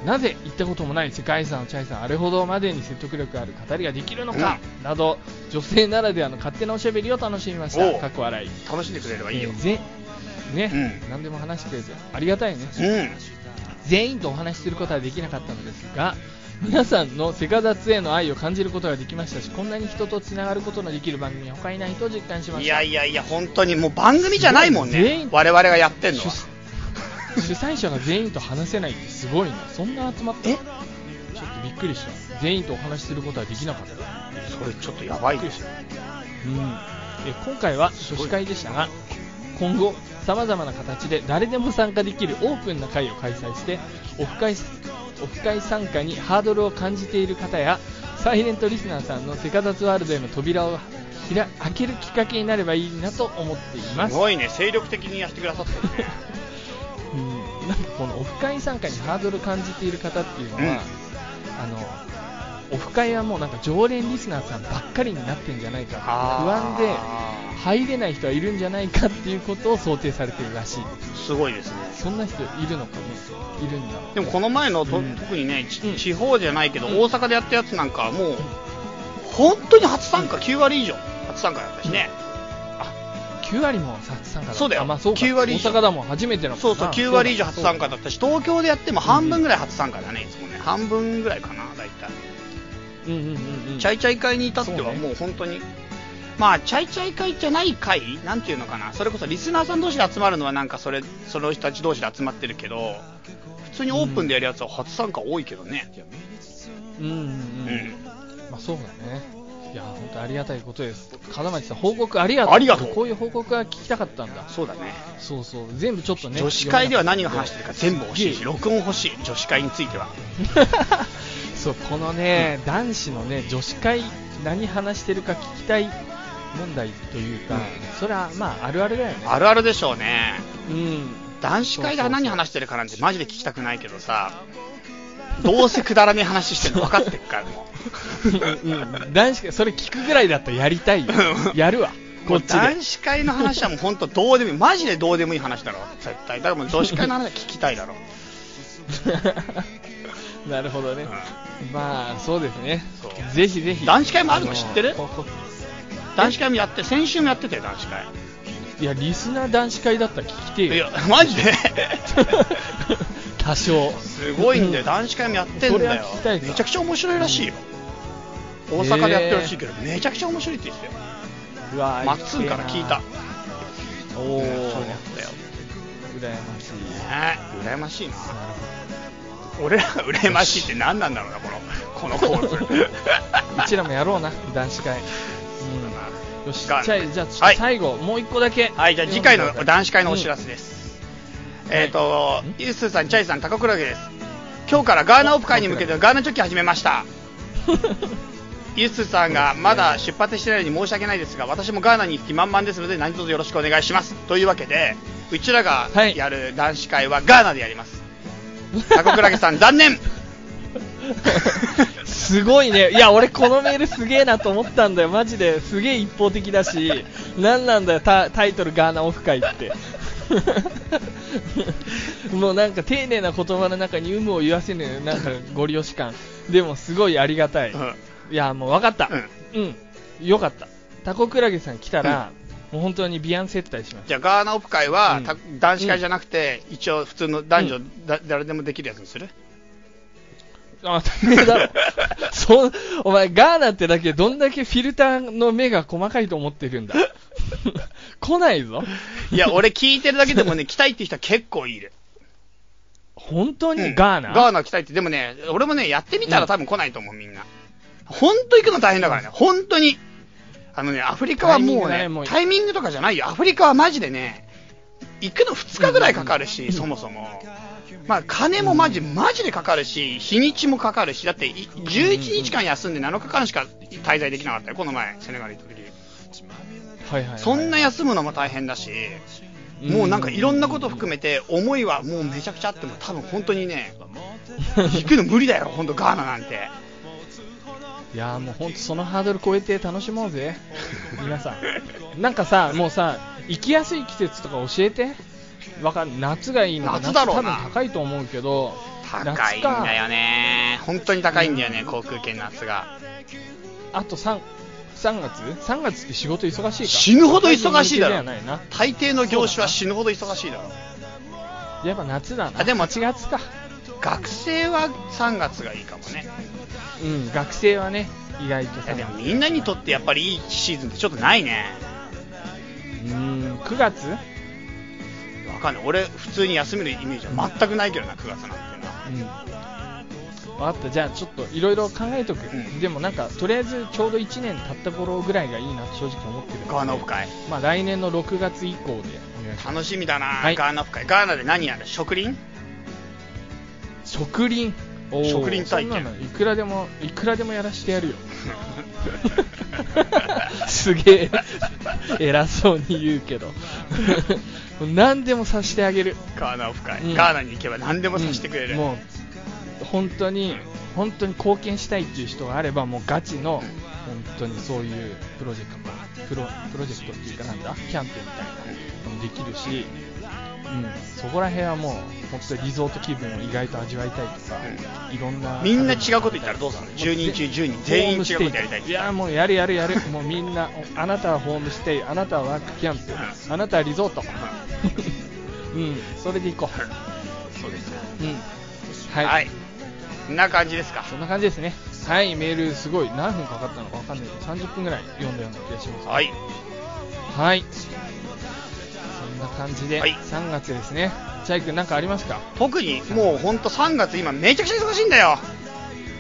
B: なぜ行ったこともない世界遺産のチャイさんあれほどまでに説得力ある語りができるのか、など女性ならではの勝手なおしゃべりを楽しみまし
A: おう
B: たかっこ笑い
A: 楽しんでくれればいいよ
B: えーぜね、
A: うん
B: 何でも話してくれてありがたいね
A: うん
B: 全員とお話しすることはできなかったのですが皆さんのセカザツへの愛を感じることができましたしこんなに人とつながることのできる番組は他にないと実感しま
A: い
B: した
A: やいやいや本当にもう番組じゃないもん
B: すごい全
A: ね
B: 員
A: 我々がやってんのは
B: 主主催者が全員と話せないってすごいなそんな集まった
A: え
B: ちょっとびっくりした全員とお話しすることはできなかった
A: それちょっとやばいですよ
B: うん、え今回は女子会でしたが今後さまざまな形で誰でも参加できるオープンな会を開催してオフ会オフ会参加にハードルを感じている方やサイレントリスナーさんのセカダツワールドへの扉をひら開けるきっかけになればいいなと思っています
A: すごいね精力的にやってくださってる
B: [laughs]
A: ね
B: うんなんかこのオフ会参加にハードル感じている方っていうのは、
A: うん
B: あのオフ会はもうなんか常連リスナーさんばっかりになってんじゃないか不安で
A: あ
B: 入れない人はいるんじゃないかっていうことを想定されてるらし
A: ー
B: い
A: すごいですね
B: そんな人いるのかねいるんだろう
A: でもこの前のと、
B: うん
A: 特にねち
B: うん
A: 地方じゃないけど、大阪でやったやつなんかはもう本当に初参加9割以上初参加だったしね、
B: あ9割も初参加だ
A: そうだよ
B: あまあ、そうか
A: 9割以上
B: 大阪だもん初めての
A: そうそう、9割以上初参加
B: だ
A: だったし、東京でやっても半分ぐらい初参加だね、いつもね。半分ぐらいかな、大体。
B: うんうんうんうん
A: チャイチャイ会に至って
B: そう
A: は
B: ね
A: もう本当に、まあ、チャイチャイ会じゃない会なんていうのかな。それこそリスナーさん同士で集まるのはなんかそれ、その人たち同士で集まってるけど、普通にオープンでやるやつは初参加多いけどね。
B: うんうん
A: う
B: うん、
A: ん。
B: まあそうだね。いや、本当ありがたいことです。金町さん、報告ありがとう。
A: ありがとう
B: こういう報告が聞きたかったんだ。
A: そうだね。
B: そうそう、全部ちょっとね。
A: 女子会では何を話してるか全部欲しいし、
B: 読
A: 録音欲しい、女子会については。
B: めなかった。 [laughs] そう、このね、男子のね、女子会、何話してるか聞きたい問題というか、
A: うん
B: それはまあ、あるあるだよね。
A: あるあるでしょうね。
B: うん。 [laughs]
A: 男子会で何話してるかなんてマジで聞きたくないけどさどうせくだらねえ話してるの分かってっからも [laughs]
B: うんうん男子会、それ聞くぐらいだったらやりたいよ
A: う。ん
B: やるわ。
A: う
B: こ
A: も
B: っ
A: う
B: ちで。
A: 男子会の話はもう本当どうでもいいマジでどうでもいい話だろ絶対だからもう女子会の話は聞きたいだろ、
B: [laughs] なるほどね、
A: う
B: まあそうですね
A: そう
B: ぜひぜひ
A: 男子会もあるの知ってる
B: のここ
A: [laughs] 男子会もやって先週もやってたよ男子会
B: いやリスナー男子会だったら聞きて
A: い
B: えよ
A: やマジで
B: [laughs] 多少
A: すごいんだよ男子会もやってん
B: それ
A: だ
B: は
A: よ
B: 聞きたいか
A: めちゃくちゃ面白いらしいよ、
B: うん
A: 大阪でやってるらしいけど、めちゃくちゃ面白いって言ってたよ
B: うわ
A: まっつんから聞いた
B: お
A: お
B: おー
A: そうだったよ
B: 羨ましい
A: ねえ羨ましいな
B: なる
A: 俺らが [laughs] 羨ましいって何なんだろうなこのこのコ [laughs] ール
B: ほ [laughs] どうちらもやろうな男子会
A: そうだな
B: うんよしじゃあじゃあちょっと
A: はい
B: 最後、もう一個だけ
A: はいじゃあ次回の男子会のお知ら
B: せ、
A: せ
B: [laughs]
A: です、えっ、とユースーさんチャイさん高倉家です今日からガーナオフ会に向けてガーナチョキ始めましたユースーさんがまだ出発してないのに申し訳ないですが私もガーナに行く気満々ですので何卒よろしくお願いしますというわけでうちらが
B: はい [laughs]
A: やる男子会はガーナでやります、高倉家さん残念
B: すごいね。いや、俺このメールすげえなと思ったんだよ。マジで。すげえ一方的だし、なんなんだよ、タタイトルガーナオフ会って。 [laughs] もうなんか丁寧な言葉の中に有無を言わせぬ、なんかご利用し感。でもすごいありがたい。
A: うん
B: いや、もう分かった。
A: う
B: うん。よかった。タコクラゲさん来たら、もう本当にビアン接待します。
A: じゃあガーナオフ会は、
B: うん
A: た男子会じゃなくて、一応普通の男女、だ誰でもできるやつにする
B: あ、 [laughs] ダメだろ。そ、お前、ガーナってだけどんだけフィルターの目が細かいと思っ
A: [laughs]
B: てるんだ。来ないぞ。
A: いや、俺聞いてるだけでも
B: [laughs]
A: ね、来たいって人は結構いる。
B: 本当に、
A: うん
B: ガーナ
A: ガーナ来たいって。でもね、俺もね、やってみたら多分来ないと思う、みんな。ほんと行くの大変だからね、ほんとに。あのね、アフリカはもう
B: タイミングだ
A: ね
B: ねもう、
A: タイミングとかじゃないよ。アフリカはマジでね、行くの2日ぐらいかかるし、そもそも。まあ、金もマジ、マジでかかるし、日にちもかかるし、だってい、11日間休んで7日間しか滞在できなかったよ、この前、セネガル行った時。
B: はいはいはい。
A: そんな休むのも大変だし、もうなんかいろんなこと含めて、思いはもうめちゃくちゃあっても、多分本当にね、 [laughs] 行くの無理だよ、本当ガーナなんて。
B: [laughs] いやーもうほんとそのハードル超えて楽しもうぜ皆さんなんかさもうさ行きやすい季節とか教えてわかん夏がいいのか
A: 夏だろうな
B: 多分高いと思うけど
A: 高いんだよね、本当に高いんだよね、航空券の夏が。
B: あと 3, 3月3月って仕事忙しいか
A: 死ぬほど忙しいだろ
B: そんなに向いてない
A: 大抵の業種は死ぬほど忙しいだろ。
B: なやっぱ夏だな
A: あでも
B: 8月か
A: 学生は3月がいいかもね。
B: うん学生はね意外と
A: い
B: さ
A: やでもみんなにとってやっぱりいいシーズンってちょっとないね。
B: うん9月
A: わかんない。俺、普通に休めるイメージは全くないけどな、9月なんてな。
B: うん分かったじゃあちょっといろいろ考えとく、
A: うん
B: でもなんかとりあえずちょうど1年経った頃ぐらいがいいなと正直思ってるので
A: ガーナオフ会。
B: まあ来年の6月以降でお願いしま
A: 楽しみだな、
B: はい
A: ガーナオフ会。ガーナで何やる植林
B: す植林おー
A: 植林体験
B: そんなのいくらでもいくらでもやらし
A: [laughs]
B: てやるよすげえ偉そうに言うけど [laughs] 何でもさしてあげる
A: ガーナオフ会、
B: うん
A: ガーナに行けば何でもさせてくれる、
B: うんもう本当に本当に貢献したいっていう人があればもうガチの本当にそういうプロジェクトプロプロジェクトっていうかなんだキャンペーンみたいなのもできるし、うん、そこら辺はもう本当にリゾート気分を意外と味わいたいとか、いろんな
A: みんな違うこと言ったらどうするの10人中10人全員違うことやりたい
B: いやもうやるやるやるもうみんなおあなたはホームステイあなたはワークキャンプあなたはリゾート [laughs] うんそれでいこ
A: そうですね
B: う、うん
A: はい、こんな感じですか
B: そんな感じですね。はい、メールすごい何分かかったのかわかんないけど、30分ぐらい読んだような気がします。
A: はい
B: はい。そんな感じで、
A: はい
B: 3月ですね。チャイ君なんかありますか
A: 特にもうほんと3月今めちゃくちゃ忙しいんだよ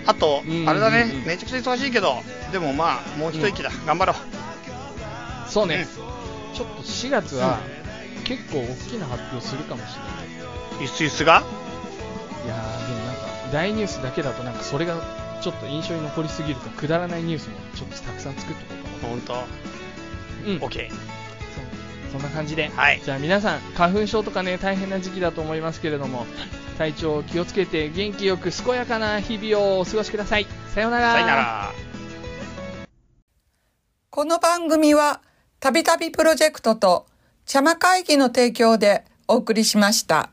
A: あと
B: うんうんうん
A: あれだねめちゃくちゃ忙しいけどでもまあもう一息だ、頑張ろう
B: そう
A: うん
B: ね。ちょっと4月は、結構大きな発表するかもしれ
A: ゆすゆすが
B: ない。いやー、でもなんか、大ニュースだけだとなんかそれがちょっと印象に残りすぎると、くだらないニュースもちょっとたくさん作っておこうと思
A: ほんと
B: う。うん。
A: OK
B: そんな感じで、
A: はい
B: じゃあ皆さん花粉症とかね大変な時期だと思いますけれども体調を気をつけて元気よく健やかな日々をお過ごしくださいさようなら
A: さよなら
F: この番組はたびたびプロジェクトと茶間会議の提供でお送りしました。